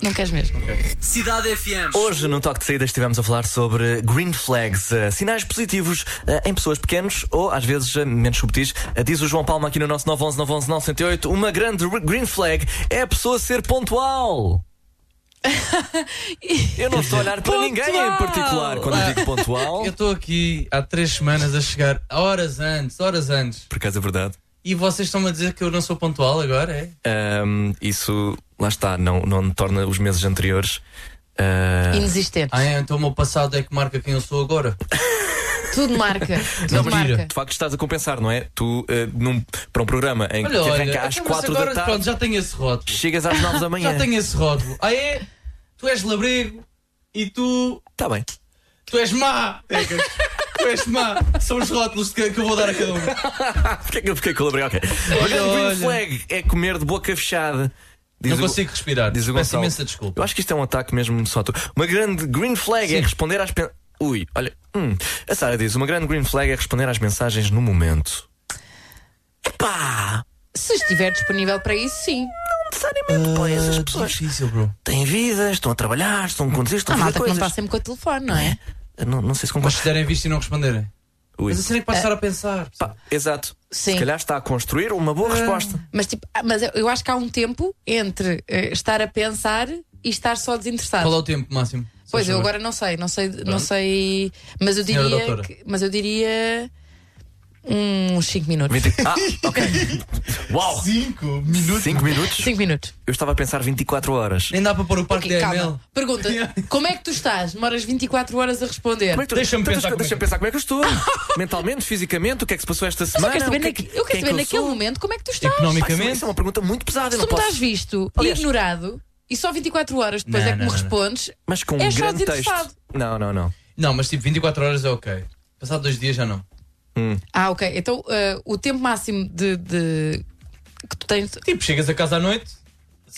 [SPEAKER 5] Não queres mesmo.
[SPEAKER 1] Cidade FM.
[SPEAKER 3] Hoje, no Toque de Saída, estivemos a falar sobre green flags, eh, sinais positivos eh, em pessoas pequenas ou, às vezes, eh, menos subtis. Eh, Diz o João Palma aqui no nosso 911 911 908, uma grande re- green flag é a pessoa ser pontual. Eu não estou a olhar para ninguém em
[SPEAKER 5] Pontual!
[SPEAKER 3] particular quando eu digo pontual.
[SPEAKER 5] Oh.
[SPEAKER 4] Eu estou aqui há três semanas a chegar horas antes, horas antes.
[SPEAKER 3] Por acaso é verdade.
[SPEAKER 4] E vocês estão-me a dizer que eu não sou pontual agora, é?
[SPEAKER 3] Ahm, Ah, isso, lá está, não, não torna os meses anteriores. ah,
[SPEAKER 5] Inexistente.
[SPEAKER 4] Ah, é, então o meu passado é que marca quem eu sou agora.
[SPEAKER 5] Tudo marca.
[SPEAKER 4] Não,
[SPEAKER 5] Tudo
[SPEAKER 4] mas
[SPEAKER 5] marca.
[SPEAKER 4] gira.
[SPEAKER 3] de facto, estás a compensar, não é? Tu, ah, num- para um programa em que
[SPEAKER 4] Olha,
[SPEAKER 3] arranca
[SPEAKER 4] olha,
[SPEAKER 3] às
[SPEAKER 4] então, mas
[SPEAKER 3] 4
[SPEAKER 4] agora,
[SPEAKER 3] da tarde, É.
[SPEAKER 4] Pronto, já tenho esse rótulo.
[SPEAKER 3] chegas às 9 da manhã.
[SPEAKER 4] Já tenho esse rótulo. Ah, é? Tu és labrego e tu.
[SPEAKER 3] Está Tá bem.
[SPEAKER 4] Tu és má!
[SPEAKER 3] É,
[SPEAKER 4] tu és má! São os rótulos que, que eu vou dar a cada um.
[SPEAKER 3] Porquê que eu fiquei com o Gabriel? Ok. Uma grande
[SPEAKER 4] olha.
[SPEAKER 3] green flag é comer de boca fechada. Diz
[SPEAKER 4] Não
[SPEAKER 3] o-
[SPEAKER 4] consigo respirar.
[SPEAKER 3] diz o
[SPEAKER 4] Peço
[SPEAKER 3] Gonçalo.
[SPEAKER 4] imensa desculpa.
[SPEAKER 3] Eu acho que isto é um ataque mesmo só a tu. Uma grande green flag é responder às. pen- Ui, olha. hum. A Sara diz: uma grande green flag é responder às mensagens no momento. Epá!
[SPEAKER 5] Se estiver disponível para isso, sim.
[SPEAKER 3] Necessariamente, pois.
[SPEAKER 4] Eh,
[SPEAKER 3] As pessoas
[SPEAKER 4] difícil, bro.
[SPEAKER 3] têm vidas, estão a trabalhar, estão a conduzir, estão
[SPEAKER 5] Há
[SPEAKER 3] a
[SPEAKER 4] Ah,
[SPEAKER 3] fazer
[SPEAKER 5] malta que não
[SPEAKER 3] coisas.
[SPEAKER 5] está sempre com o telefone, não é?
[SPEAKER 3] Não, não sei se
[SPEAKER 4] Mas
[SPEAKER 3] concordo.
[SPEAKER 4] se derem visto e não responderem.
[SPEAKER 3] Ui.
[SPEAKER 4] Mas a cena é que pode estar a pensar.
[SPEAKER 3] Pá, exato.
[SPEAKER 5] Sim.
[SPEAKER 3] Se calhar está a construir uma boa resposta.
[SPEAKER 5] Mas, tipo, ah, mas eu- eu acho que há um tempo entre eh, estar a pensar e estar só desinteressado.
[SPEAKER 4] Qual é o tempo máximo? Só
[SPEAKER 5] Pois, eu
[SPEAKER 4] saber.
[SPEAKER 5] agora não sei, não sei, não sei, mas eu
[SPEAKER 4] Senhora
[SPEAKER 5] diria,
[SPEAKER 4] doutora.
[SPEAKER 5] que- mas eu diria uns 5 minutos.
[SPEAKER 3] 20... Ah, ok. Uau!
[SPEAKER 4] Cinco minutos.
[SPEAKER 3] 5 minutos?
[SPEAKER 5] 5 minutos.
[SPEAKER 3] Eu estava a pensar 24 horas.
[SPEAKER 5] É.
[SPEAKER 4] Nem dá para pôr o parque
[SPEAKER 5] Ok,
[SPEAKER 4] da
[SPEAKER 5] calma.
[SPEAKER 4] ML.
[SPEAKER 5] Pergunta, como é que tu estás? Demoras 24 horas a responder.
[SPEAKER 3] Como é que tu-
[SPEAKER 4] Deixa-me
[SPEAKER 3] tantas
[SPEAKER 4] pensar como é
[SPEAKER 3] coisas-
[SPEAKER 4] que-
[SPEAKER 3] Deixa-me pensar como é que eu estou. Mentalmente, fisicamente, o que é que se passou esta
[SPEAKER 5] Mas eu
[SPEAKER 3] semana?
[SPEAKER 5] quero saber,
[SPEAKER 3] o que é que-
[SPEAKER 5] naque- eu quero
[SPEAKER 3] quem é
[SPEAKER 5] saber
[SPEAKER 3] que eu
[SPEAKER 5] naquele
[SPEAKER 3] sou?
[SPEAKER 5] momento como é que tu estás.
[SPEAKER 3] Pá, isso é uma-
[SPEAKER 4] Economicamente.
[SPEAKER 3] Isso é uma pergunta muito pesada. eu não
[SPEAKER 5] Se tu me
[SPEAKER 3] posso...
[SPEAKER 5] estás visto e
[SPEAKER 3] Aliás-
[SPEAKER 5] ignorado e só 24 horas depois
[SPEAKER 4] Não,
[SPEAKER 5] é que
[SPEAKER 4] não,
[SPEAKER 5] me
[SPEAKER 4] não, não.
[SPEAKER 5] respondes,
[SPEAKER 3] Mas com um
[SPEAKER 5] És é só
[SPEAKER 3] grande texto.
[SPEAKER 5] desinteressado.
[SPEAKER 3] Não, não, não.
[SPEAKER 4] Não, mas tipo 24 horas é ok. Passado dois dias já não.
[SPEAKER 5] ah, ok, então eh, o tempo máximo de, de- que tu tens.
[SPEAKER 4] Tipo, chegas a casa à noite.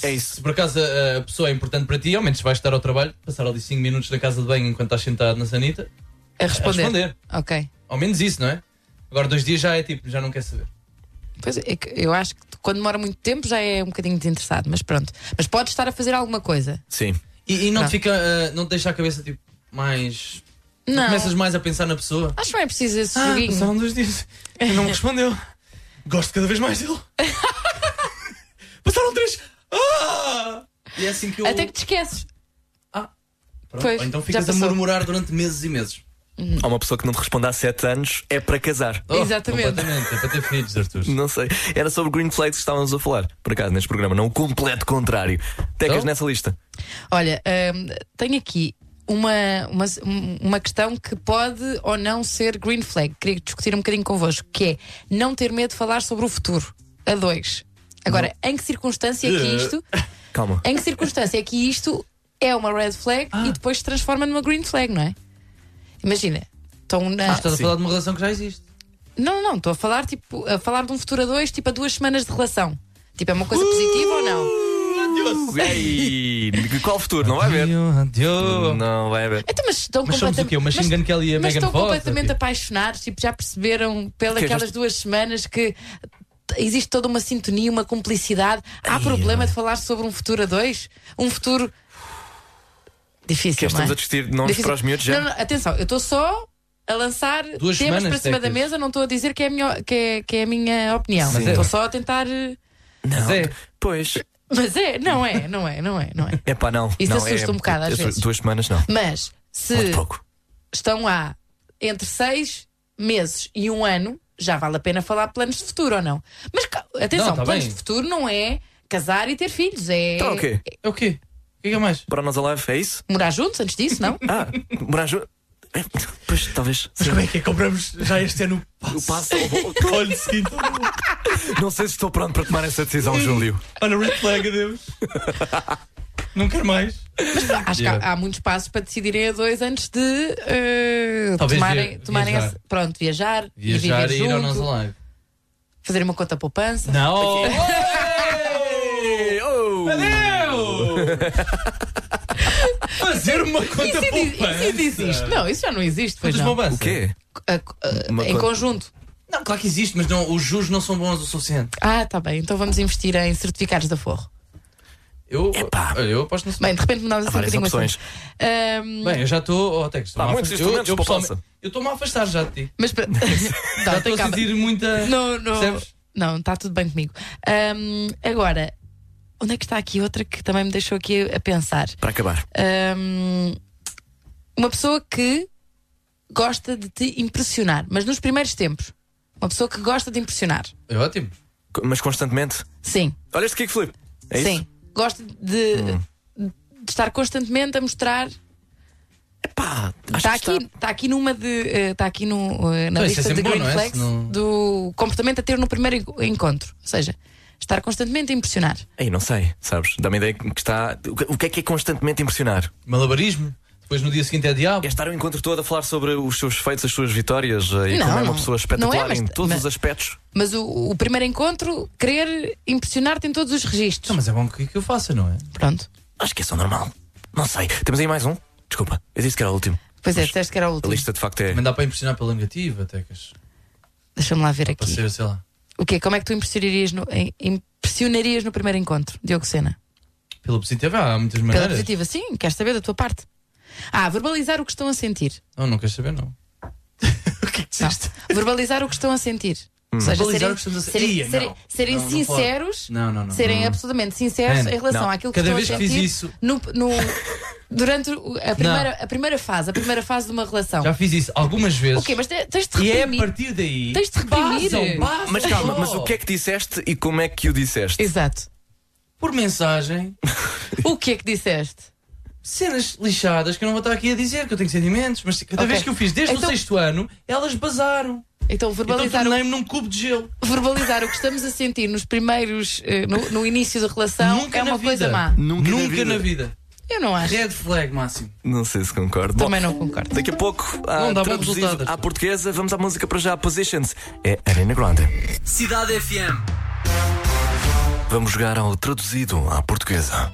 [SPEAKER 3] É
[SPEAKER 4] Se
[SPEAKER 3] isso.
[SPEAKER 4] por acaso a, a pessoa é importante para ti, ao menos vais estar ao trabalho, passar ali 5 minutos na casa de banho enquanto estás sentado na sanita,
[SPEAKER 5] A
[SPEAKER 4] a
[SPEAKER 5] responder.
[SPEAKER 4] responder.
[SPEAKER 5] Ok.
[SPEAKER 4] Ao menos isso, não é? Agora dois dias já é tipo, já não quer saber.
[SPEAKER 5] Pois é, que eu acho que quando demora muito tempo já é um bocadinho desinteressado, mas pronto. Mas pode estar a fazer alguma coisa.
[SPEAKER 3] Sim.
[SPEAKER 4] E, e não,
[SPEAKER 5] Não.
[SPEAKER 4] Te fica, ah, não te deixa a cabeça tipo mais.
[SPEAKER 5] Não.
[SPEAKER 4] Começas mais a pensar na pessoa.
[SPEAKER 5] Acho que não é preciso esse
[SPEAKER 4] Ah,
[SPEAKER 5] joguinho.
[SPEAKER 3] um
[SPEAKER 4] passaram dois dias. Ele não me respondeu. Gosto cada vez mais dele. passaram três. Ah! E é assim que eu.
[SPEAKER 5] Até que te esqueces.
[SPEAKER 4] Pronto,
[SPEAKER 5] Pois,
[SPEAKER 4] ou então
[SPEAKER 5] já
[SPEAKER 4] ficas a
[SPEAKER 5] passou.
[SPEAKER 4] murmurar durante meses e meses.
[SPEAKER 3] Há uma pessoa que não te responde há 7 anos é para casar.
[SPEAKER 5] Oh. Exatamente.
[SPEAKER 4] Completamente. É para ter filhos, Arthur.
[SPEAKER 3] Não sei. Era sobre green flags que estávamos a falar. Por acaso, neste programa. Não o completo contrário. Tecas
[SPEAKER 5] Oh.
[SPEAKER 4] Então?
[SPEAKER 3] nessa lista.
[SPEAKER 5] Olha, hum, tenho aqui uma, uma, uma questão que pode ou não ser green flag. Queria discutir um bocadinho convosco, que é não ter medo de falar sobre o futuro. A dois. Agora, em que circunstância é que isto.
[SPEAKER 3] Calma.
[SPEAKER 5] Em que circunstância é que isto é uma red flag e depois se transforma numa green flag, não é? Imagina, estão na.
[SPEAKER 4] Ah, estás a falar de uma relação que já existe.
[SPEAKER 5] Não, não, estou a falar tipo a falar de um futuro a dois, tipo a duas semanas de relação. Tipo, é uma coisa positiva ou não?
[SPEAKER 3] Ei, qual futuro? Não vai haver.
[SPEAKER 4] Adeus.
[SPEAKER 3] Não vai haver.
[SPEAKER 5] Então, mas estão
[SPEAKER 4] Mas somos
[SPEAKER 5] completam-
[SPEAKER 4] o quê? O Machine Gun Kelly e é a
[SPEAKER 5] mas
[SPEAKER 4] Megan
[SPEAKER 5] estão
[SPEAKER 4] Fox,
[SPEAKER 5] completamente
[SPEAKER 4] ou quê?
[SPEAKER 5] apaixonados, tipo, já perceberam
[SPEAKER 3] Que é
[SPEAKER 5] pelas
[SPEAKER 3] justo.
[SPEAKER 5] duas semanas que t- existe toda uma sintonia, uma cumplicidade. Há problema de falar sobre um futuro a dois? Um futuro
[SPEAKER 3] Que
[SPEAKER 5] difícil, não
[SPEAKER 3] estamos
[SPEAKER 5] é?
[SPEAKER 3] a discutir nomes
[SPEAKER 5] Difícil.
[SPEAKER 3] para os miúdos já.
[SPEAKER 5] Não, não, atenção, eu estou só a lançar
[SPEAKER 4] Duas
[SPEAKER 5] temas
[SPEAKER 4] semanas,
[SPEAKER 5] para cima da
[SPEAKER 4] Tecas.
[SPEAKER 5] mesa, não estou a dizer que é a minha, que é, que é a minha opinião.
[SPEAKER 4] Mas é-
[SPEAKER 5] Estou só a tentar. eh,
[SPEAKER 4] Mas é.
[SPEAKER 3] Pois.
[SPEAKER 5] Mas é, não é, não é, não é, não é.
[SPEAKER 3] É pá, não.
[SPEAKER 5] Isso
[SPEAKER 3] não,
[SPEAKER 5] assusta
[SPEAKER 3] é-
[SPEAKER 5] um bocado, às
[SPEAKER 3] é-
[SPEAKER 5] vezes.
[SPEAKER 3] Duas semanas não.
[SPEAKER 5] Mas eh, se
[SPEAKER 3] Muito pouco.
[SPEAKER 5] estão há entre seis meses e um ano, já vale a pena falar de planos de futuro ou não? Mas ca- atenção,
[SPEAKER 4] Não, tá
[SPEAKER 5] planos
[SPEAKER 4] bem.
[SPEAKER 5] de futuro não é casar e ter filhos, é
[SPEAKER 3] Então, o quê?
[SPEAKER 4] É o quê? O que é que é mais?
[SPEAKER 3] Para nós alive, é isso?
[SPEAKER 5] morar juntos antes disso, não?
[SPEAKER 3] Ah, morar junto. É, Pois, talvez. Sim.
[SPEAKER 4] como é que é? Compramos já este ano
[SPEAKER 3] Eu passo.
[SPEAKER 4] Olha, seguinte.
[SPEAKER 3] Não sei se estou pronto para tomar essa decisão, Júlio.
[SPEAKER 4] Olha, red flag, adeus. Não quero mais.
[SPEAKER 5] Acho
[SPEAKER 4] Yeah.
[SPEAKER 5] que há, há muitos passos para decidirem a dois antes de eh,
[SPEAKER 4] Talvez
[SPEAKER 5] tomarem,
[SPEAKER 4] via-
[SPEAKER 5] tomarem
[SPEAKER 4] viajar.
[SPEAKER 5] esse- pronto, viajar, e
[SPEAKER 4] Viajar
[SPEAKER 5] viver
[SPEAKER 4] e ir ao
[SPEAKER 5] junto,
[SPEAKER 4] nosso live.
[SPEAKER 5] fazer uma conta poupança.
[SPEAKER 4] Não!
[SPEAKER 3] Oh!
[SPEAKER 4] Adeus! Fazer uma conta
[SPEAKER 5] Isso, ainda-
[SPEAKER 4] poupança.
[SPEAKER 5] isso ainda existe. Não, isso já não existe. Pois
[SPEAKER 4] Contas
[SPEAKER 5] não.
[SPEAKER 4] poupança.
[SPEAKER 3] O quê?
[SPEAKER 5] A- a-
[SPEAKER 3] Uma
[SPEAKER 5] em
[SPEAKER 3] conta-
[SPEAKER 5] conjunto.
[SPEAKER 4] Não, claro que existe, mas não, os juros não são bons o suficiente.
[SPEAKER 5] Ah, tá bem, então vamos investir em certificados de aforro.
[SPEAKER 4] Eu,
[SPEAKER 3] Epá.
[SPEAKER 4] eu aposto no
[SPEAKER 5] Bem, de repente mudámos
[SPEAKER 3] Há
[SPEAKER 5] assim um
[SPEAKER 3] várias
[SPEAKER 5] bocadinho o
[SPEAKER 3] opções.
[SPEAKER 5] assunto. Ahm,
[SPEAKER 4] Bem, eu já estou. Oh, Tex,
[SPEAKER 3] Há
[SPEAKER 4] estou-me a
[SPEAKER 3] Tá, muitos
[SPEAKER 4] afastar-
[SPEAKER 3] instrumentos
[SPEAKER 4] eu, eu,
[SPEAKER 3] para
[SPEAKER 4] pessoalmente-
[SPEAKER 3] poupança.
[SPEAKER 4] Eu estou-me a afastar já de ti.
[SPEAKER 5] mas para. Tá,
[SPEAKER 4] já estou a
[SPEAKER 5] acaba.
[SPEAKER 4] sentir muita.
[SPEAKER 5] Não, não.
[SPEAKER 4] Percebes?
[SPEAKER 5] Não, está tudo bem comigo. Ahm, agora, onde é que está aqui outra que também me deixou aqui a pensar?
[SPEAKER 3] Para acabar.
[SPEAKER 5] Ahm, uma pessoa que gosta de te impressionar, mas nos primeiros tempos. Uma pessoa que gosta de impressionar.
[SPEAKER 4] É ótimo.
[SPEAKER 3] Co- Mas constantemente.
[SPEAKER 5] Sim,
[SPEAKER 3] Olha este kickflip. É
[SPEAKER 5] sim.
[SPEAKER 3] isso?
[SPEAKER 5] Gosta de,
[SPEAKER 4] Hum.
[SPEAKER 5] de estar constantemente a mostrar.
[SPEAKER 3] Pá, acho
[SPEAKER 5] Está
[SPEAKER 3] que
[SPEAKER 5] Tá aqui,
[SPEAKER 3] está.
[SPEAKER 5] está... aqui numa de. eh, Está aqui no, eh, na
[SPEAKER 4] Não, isso é
[SPEAKER 5] lista de
[SPEAKER 4] sempre bom,
[SPEAKER 5] Green
[SPEAKER 4] não é?
[SPEAKER 5] Flags
[SPEAKER 4] Se não-
[SPEAKER 5] do comportamento a ter no primeiro enco- encontro. Ou seja, estar constantemente a impressionar.
[SPEAKER 3] Ei, não sei, sabes? Dá-me a ideia que está. O que- O que é que é constantemente impressionar?
[SPEAKER 4] Malabarismo. Depois no dia seguinte é diabo.
[SPEAKER 3] É estar o encontro todo a falar sobre os seus feitos, as suas vitórias eh, e
[SPEAKER 5] Não,
[SPEAKER 3] como é uma
[SPEAKER 5] não.
[SPEAKER 3] pessoa
[SPEAKER 5] Não é,
[SPEAKER 3] espetacular
[SPEAKER 5] mas-
[SPEAKER 3] em todos
[SPEAKER 5] mas-
[SPEAKER 3] os aspectos.
[SPEAKER 5] Mas o, o primeiro encontro, querer impressionar-te em todos os registros.
[SPEAKER 4] Não, mas é bom que, que eu faça, não é?
[SPEAKER 5] Pronto.
[SPEAKER 3] Acho que é só normal. Não sei. Temos aí mais um? Desculpa, eu disse que era o último.
[SPEAKER 5] Pois é, disseste que era o
[SPEAKER 3] A
[SPEAKER 5] último.
[SPEAKER 3] lista de facto é.
[SPEAKER 4] Também dá para impressionar pela negativa, Tecas.
[SPEAKER 5] Deixa-me lá ver
[SPEAKER 4] Para
[SPEAKER 5] aqui.
[SPEAKER 4] ser, sei lá.
[SPEAKER 5] O quê? Como é que tu impressionarias no, em- impressionarias no primeiro encontro, Diogo Sena?
[SPEAKER 4] Pela positiva, Ah, há muitas
[SPEAKER 5] Pela
[SPEAKER 4] maneiras.
[SPEAKER 5] positiva, sim, queres saber da tua parte? Ah, verbalizar o que estão a sentir.
[SPEAKER 4] Não, não queres saber, não. o que é que
[SPEAKER 5] Não.
[SPEAKER 4] disseste?
[SPEAKER 5] Tá.
[SPEAKER 4] Hum.
[SPEAKER 5] verbalizar o que estão a sentir. Ou seja,
[SPEAKER 4] Verbalizar
[SPEAKER 5] serem,
[SPEAKER 4] o que estamos a sentir.
[SPEAKER 5] serem,
[SPEAKER 4] Ia,
[SPEAKER 5] serem,
[SPEAKER 4] não.
[SPEAKER 5] serem
[SPEAKER 4] Não, não
[SPEAKER 5] sinceros,
[SPEAKER 4] pode. Não, não, não.
[SPEAKER 5] serem
[SPEAKER 4] Não.
[SPEAKER 5] absolutamente sinceros
[SPEAKER 4] Man,
[SPEAKER 5] em relação
[SPEAKER 3] não.
[SPEAKER 5] àquilo que
[SPEAKER 4] Cada
[SPEAKER 5] estão
[SPEAKER 4] vez
[SPEAKER 5] a
[SPEAKER 4] que
[SPEAKER 5] sentir
[SPEAKER 4] fiz isso-
[SPEAKER 5] no- no- durante o- a primeira, a primeira fase, a primeira fase de uma relação.
[SPEAKER 4] Já fiz isso algumas vezes.
[SPEAKER 5] Ok, mas te- tens de
[SPEAKER 4] E é a
[SPEAKER 5] reprimir.
[SPEAKER 4] partir daí.
[SPEAKER 5] Tens de reprimir.
[SPEAKER 4] Basam, basam.
[SPEAKER 3] Mas calma, mas o que é que disseste e como é que o disseste?
[SPEAKER 5] Exato.
[SPEAKER 4] Por mensagem,
[SPEAKER 5] O que é que disseste?
[SPEAKER 4] cenas lixadas que eu não vou estar aqui a dizer, que eu tenho sentimentos, mas cada
[SPEAKER 5] Ok.
[SPEAKER 4] vez que eu fiz desde
[SPEAKER 5] Então-
[SPEAKER 4] o sexto ano, elas basaram.
[SPEAKER 5] Então,
[SPEAKER 4] Então
[SPEAKER 5] verbalizar,
[SPEAKER 4] tornei-me num cubo de gelo.
[SPEAKER 5] o, verbalizar o que estamos a sentir nos primeiros, eh, no, no início da relação
[SPEAKER 4] Nunca
[SPEAKER 5] é
[SPEAKER 4] na
[SPEAKER 5] uma
[SPEAKER 4] vida. É.
[SPEAKER 5] coisa má.
[SPEAKER 3] Nunca
[SPEAKER 4] Nunca,
[SPEAKER 3] na
[SPEAKER 4] na,
[SPEAKER 3] vida.
[SPEAKER 4] vida.
[SPEAKER 5] Eu não acho.
[SPEAKER 4] Red flag máximo.
[SPEAKER 3] Não sei se concordo. Bom,
[SPEAKER 5] Também não concordo.
[SPEAKER 3] daqui a pouco,
[SPEAKER 4] Não
[SPEAKER 3] ah,
[SPEAKER 4] dá bom
[SPEAKER 3] traduzido
[SPEAKER 4] resultado.
[SPEAKER 3] à portuguesa, vamos à música para já. Positions é Arena Grande.
[SPEAKER 1] Cidade FM.
[SPEAKER 3] Vamos jogar ao traduzido à portuguesa.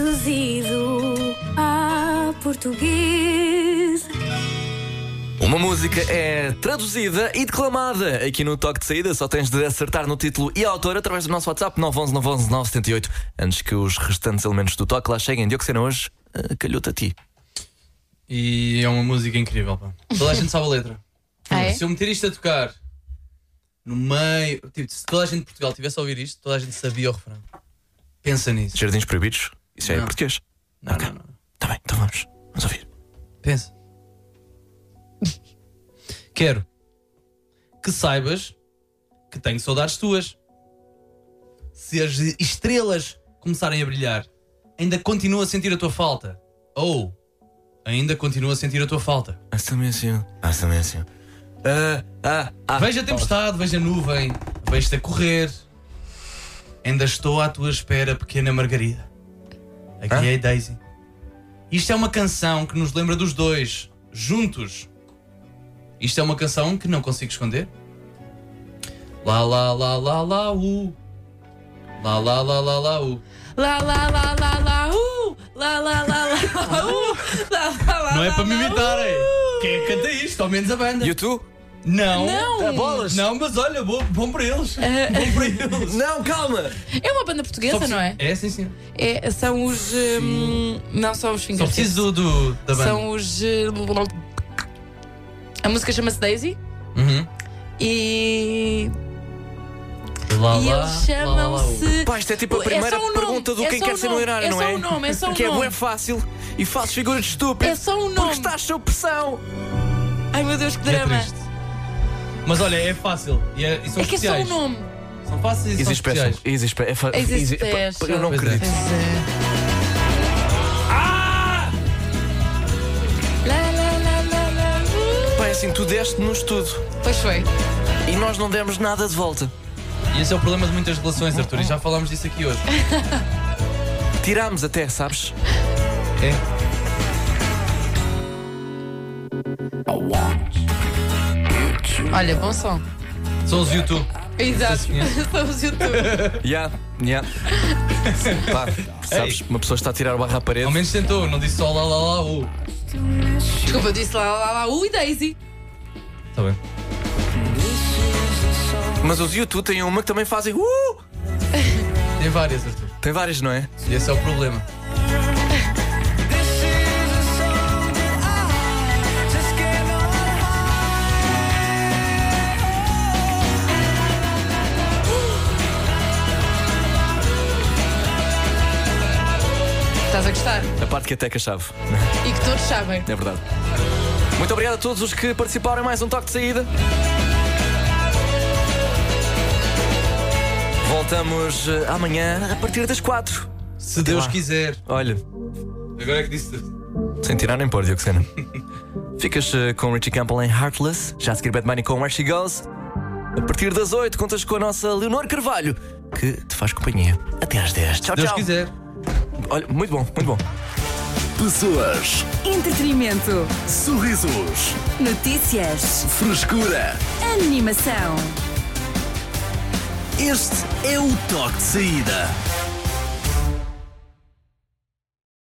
[SPEAKER 13] Traduzido a português.
[SPEAKER 3] Uma música é traduzida e declamada aqui no Toque de Saída. Só tens de acertar no título e a autora através do nosso WhatsApp 911 911 978 antes que os restantes elementos do Toque lá cheguem. Dioxena hoje, ah, calhou-te a ti.
[SPEAKER 4] E é uma música incrível, pá. Toda a gente sabe a letra.
[SPEAKER 5] Ah, é?
[SPEAKER 4] Se eu meter isto a tocar no meio. Tipo, se toda a gente de Portugal tivesse a ouvir isto, toda a gente sabia o refrão. Pensa nisso.
[SPEAKER 3] Jardins Proibidos, isso já é
[SPEAKER 4] Não.
[SPEAKER 3] português.
[SPEAKER 4] Não, não, não.
[SPEAKER 3] Tá bem, então vamos. Vamos ouvir.
[SPEAKER 4] Pensa. Quero que saibas que tenho saudades tuas. Se as estrelas começarem a brilhar, ainda continuo a sentir a tua falta. Ou ainda continuo a sentir a tua falta.
[SPEAKER 3] Hasta mencio. Hasta mencio. Ah, ah, ah.
[SPEAKER 4] Veja a tempestade, veja a nuvem, vejo-te a correr. Ainda estou à tua espera, pequena Margarida. Aqui
[SPEAKER 3] Hã?
[SPEAKER 4] é a Daisy. Isto é uma canção que nos lembra dos dois, juntos. Isto é uma canção que não consigo esconder. Lá, lá, lá, lá, lá, u. Lá, lá, lá, lá, lá, u.
[SPEAKER 5] Lá, lá, lá, lá, lá, uh! Lá, lá, lá, lá, lá, uh! Lá, lá, lá,
[SPEAKER 4] Não é
[SPEAKER 5] lá,
[SPEAKER 4] para
[SPEAKER 5] lá,
[SPEAKER 4] me imitarem.
[SPEAKER 5] uh!
[SPEAKER 4] Quem é que canta isto? Ao menos a banda.
[SPEAKER 3] E o tu?
[SPEAKER 4] Não.
[SPEAKER 5] Não. Ah,
[SPEAKER 3] bolas.
[SPEAKER 4] Não, mas olha, bom, bom para eles. Bom para eles.
[SPEAKER 3] Não, calma!
[SPEAKER 5] É uma banda portuguesa,
[SPEAKER 4] Só preciso-
[SPEAKER 5] não é?
[SPEAKER 4] É, sim, sim.
[SPEAKER 5] É, São os. hum, não são os
[SPEAKER 4] Só
[SPEAKER 5] Fingers.
[SPEAKER 4] preciso do, do- da banda.
[SPEAKER 5] São os. eh, A música chama-se Daisy
[SPEAKER 4] Uhum.
[SPEAKER 5] e.
[SPEAKER 4] Lá,
[SPEAKER 5] e
[SPEAKER 4] lá,
[SPEAKER 5] eles
[SPEAKER 4] lá, lá, lá.
[SPEAKER 5] chamam-se.
[SPEAKER 3] Pá, isto é tipo a
[SPEAKER 5] É
[SPEAKER 3] primeira
[SPEAKER 5] só um nome,
[SPEAKER 3] pergunta do
[SPEAKER 5] é
[SPEAKER 3] quem
[SPEAKER 5] só
[SPEAKER 3] quer
[SPEAKER 5] um
[SPEAKER 3] ser
[SPEAKER 5] nome,
[SPEAKER 3] milionário,
[SPEAKER 5] é
[SPEAKER 3] não
[SPEAKER 5] só
[SPEAKER 3] é?
[SPEAKER 5] um nome, é só um
[SPEAKER 3] que é
[SPEAKER 5] nome.
[SPEAKER 3] bué fácil e fazes figura de estúpido.
[SPEAKER 5] É só um nome.
[SPEAKER 3] Porque estás sob pressão.
[SPEAKER 5] Ai meu Deus, que
[SPEAKER 4] E é
[SPEAKER 5] drama!
[SPEAKER 4] triste. Mas olha, é fácil. E, é, e são
[SPEAKER 5] É que é só um
[SPEAKER 4] especiais.
[SPEAKER 5] nome.
[SPEAKER 4] São fáceis e são
[SPEAKER 3] Easy special.
[SPEAKER 4] especiais.
[SPEAKER 3] Easy special. É fa-
[SPEAKER 5] Easy
[SPEAKER 3] easy- pá,
[SPEAKER 5] special.
[SPEAKER 3] Eu não
[SPEAKER 4] Pois é.
[SPEAKER 3] acredito.
[SPEAKER 5] Pois é.
[SPEAKER 4] Ah!
[SPEAKER 5] Lá, lá, lá, lá, lá, uh!
[SPEAKER 3] Pá, é assim, tu deste-nos tudo
[SPEAKER 5] Pois foi.
[SPEAKER 3] e nós não demos nada de volta.
[SPEAKER 4] E esse é o problema de muitas relações, Arthur. E já falámos disso aqui hoje.
[SPEAKER 3] Tirámos até, sabes?
[SPEAKER 4] É.
[SPEAKER 5] Olha, bom som.
[SPEAKER 4] São os YouTube.
[SPEAKER 5] Exato. Somos YouTube.
[SPEAKER 3] Ya, ya. Pá, sabes, uma pessoa está a tirar o barra à parede. Ao
[SPEAKER 4] menos tentou, não disse só lá lá lá uh. u.
[SPEAKER 5] Desculpa, eu disse lá, lá, lá, ui, Daisy.
[SPEAKER 4] Tá bem.
[SPEAKER 3] Mas os YouTube têm uma que também fazem. Uh!
[SPEAKER 4] Tem várias, Arthur.
[SPEAKER 3] Tem várias, não é?
[SPEAKER 4] E esse é o problema.
[SPEAKER 5] Estás a gostar?
[SPEAKER 3] A parte que até que a chave.
[SPEAKER 5] E que todos sabem.
[SPEAKER 3] É verdade. Muito obrigado a todos os que participaram em mais um toque de saída. Voltamos eh, amanhã a partir das quatro.
[SPEAKER 4] Se
[SPEAKER 3] Até
[SPEAKER 4] Deus
[SPEAKER 3] lá.
[SPEAKER 4] quiser.
[SPEAKER 3] Olha,
[SPEAKER 4] Agora é que disse.
[SPEAKER 3] sem tirar nem pôr, Dioxena. Ficas eh, com Richie Campbell em Heartless, já a seguir Bad Money com Where She Goes. A partir das oito contas com a nossa Leonor Carvalho, que te faz companhia até às dez. Tchau,
[SPEAKER 4] Deus
[SPEAKER 3] tchau.
[SPEAKER 4] quiser.
[SPEAKER 3] Olha, muito bom, muito bom.
[SPEAKER 1] Pessoas,
[SPEAKER 2] Entretenimento.
[SPEAKER 1] sorrisos,
[SPEAKER 2] Notícias.
[SPEAKER 1] frescura.
[SPEAKER 2] Animação.
[SPEAKER 1] Este é o toque de saída.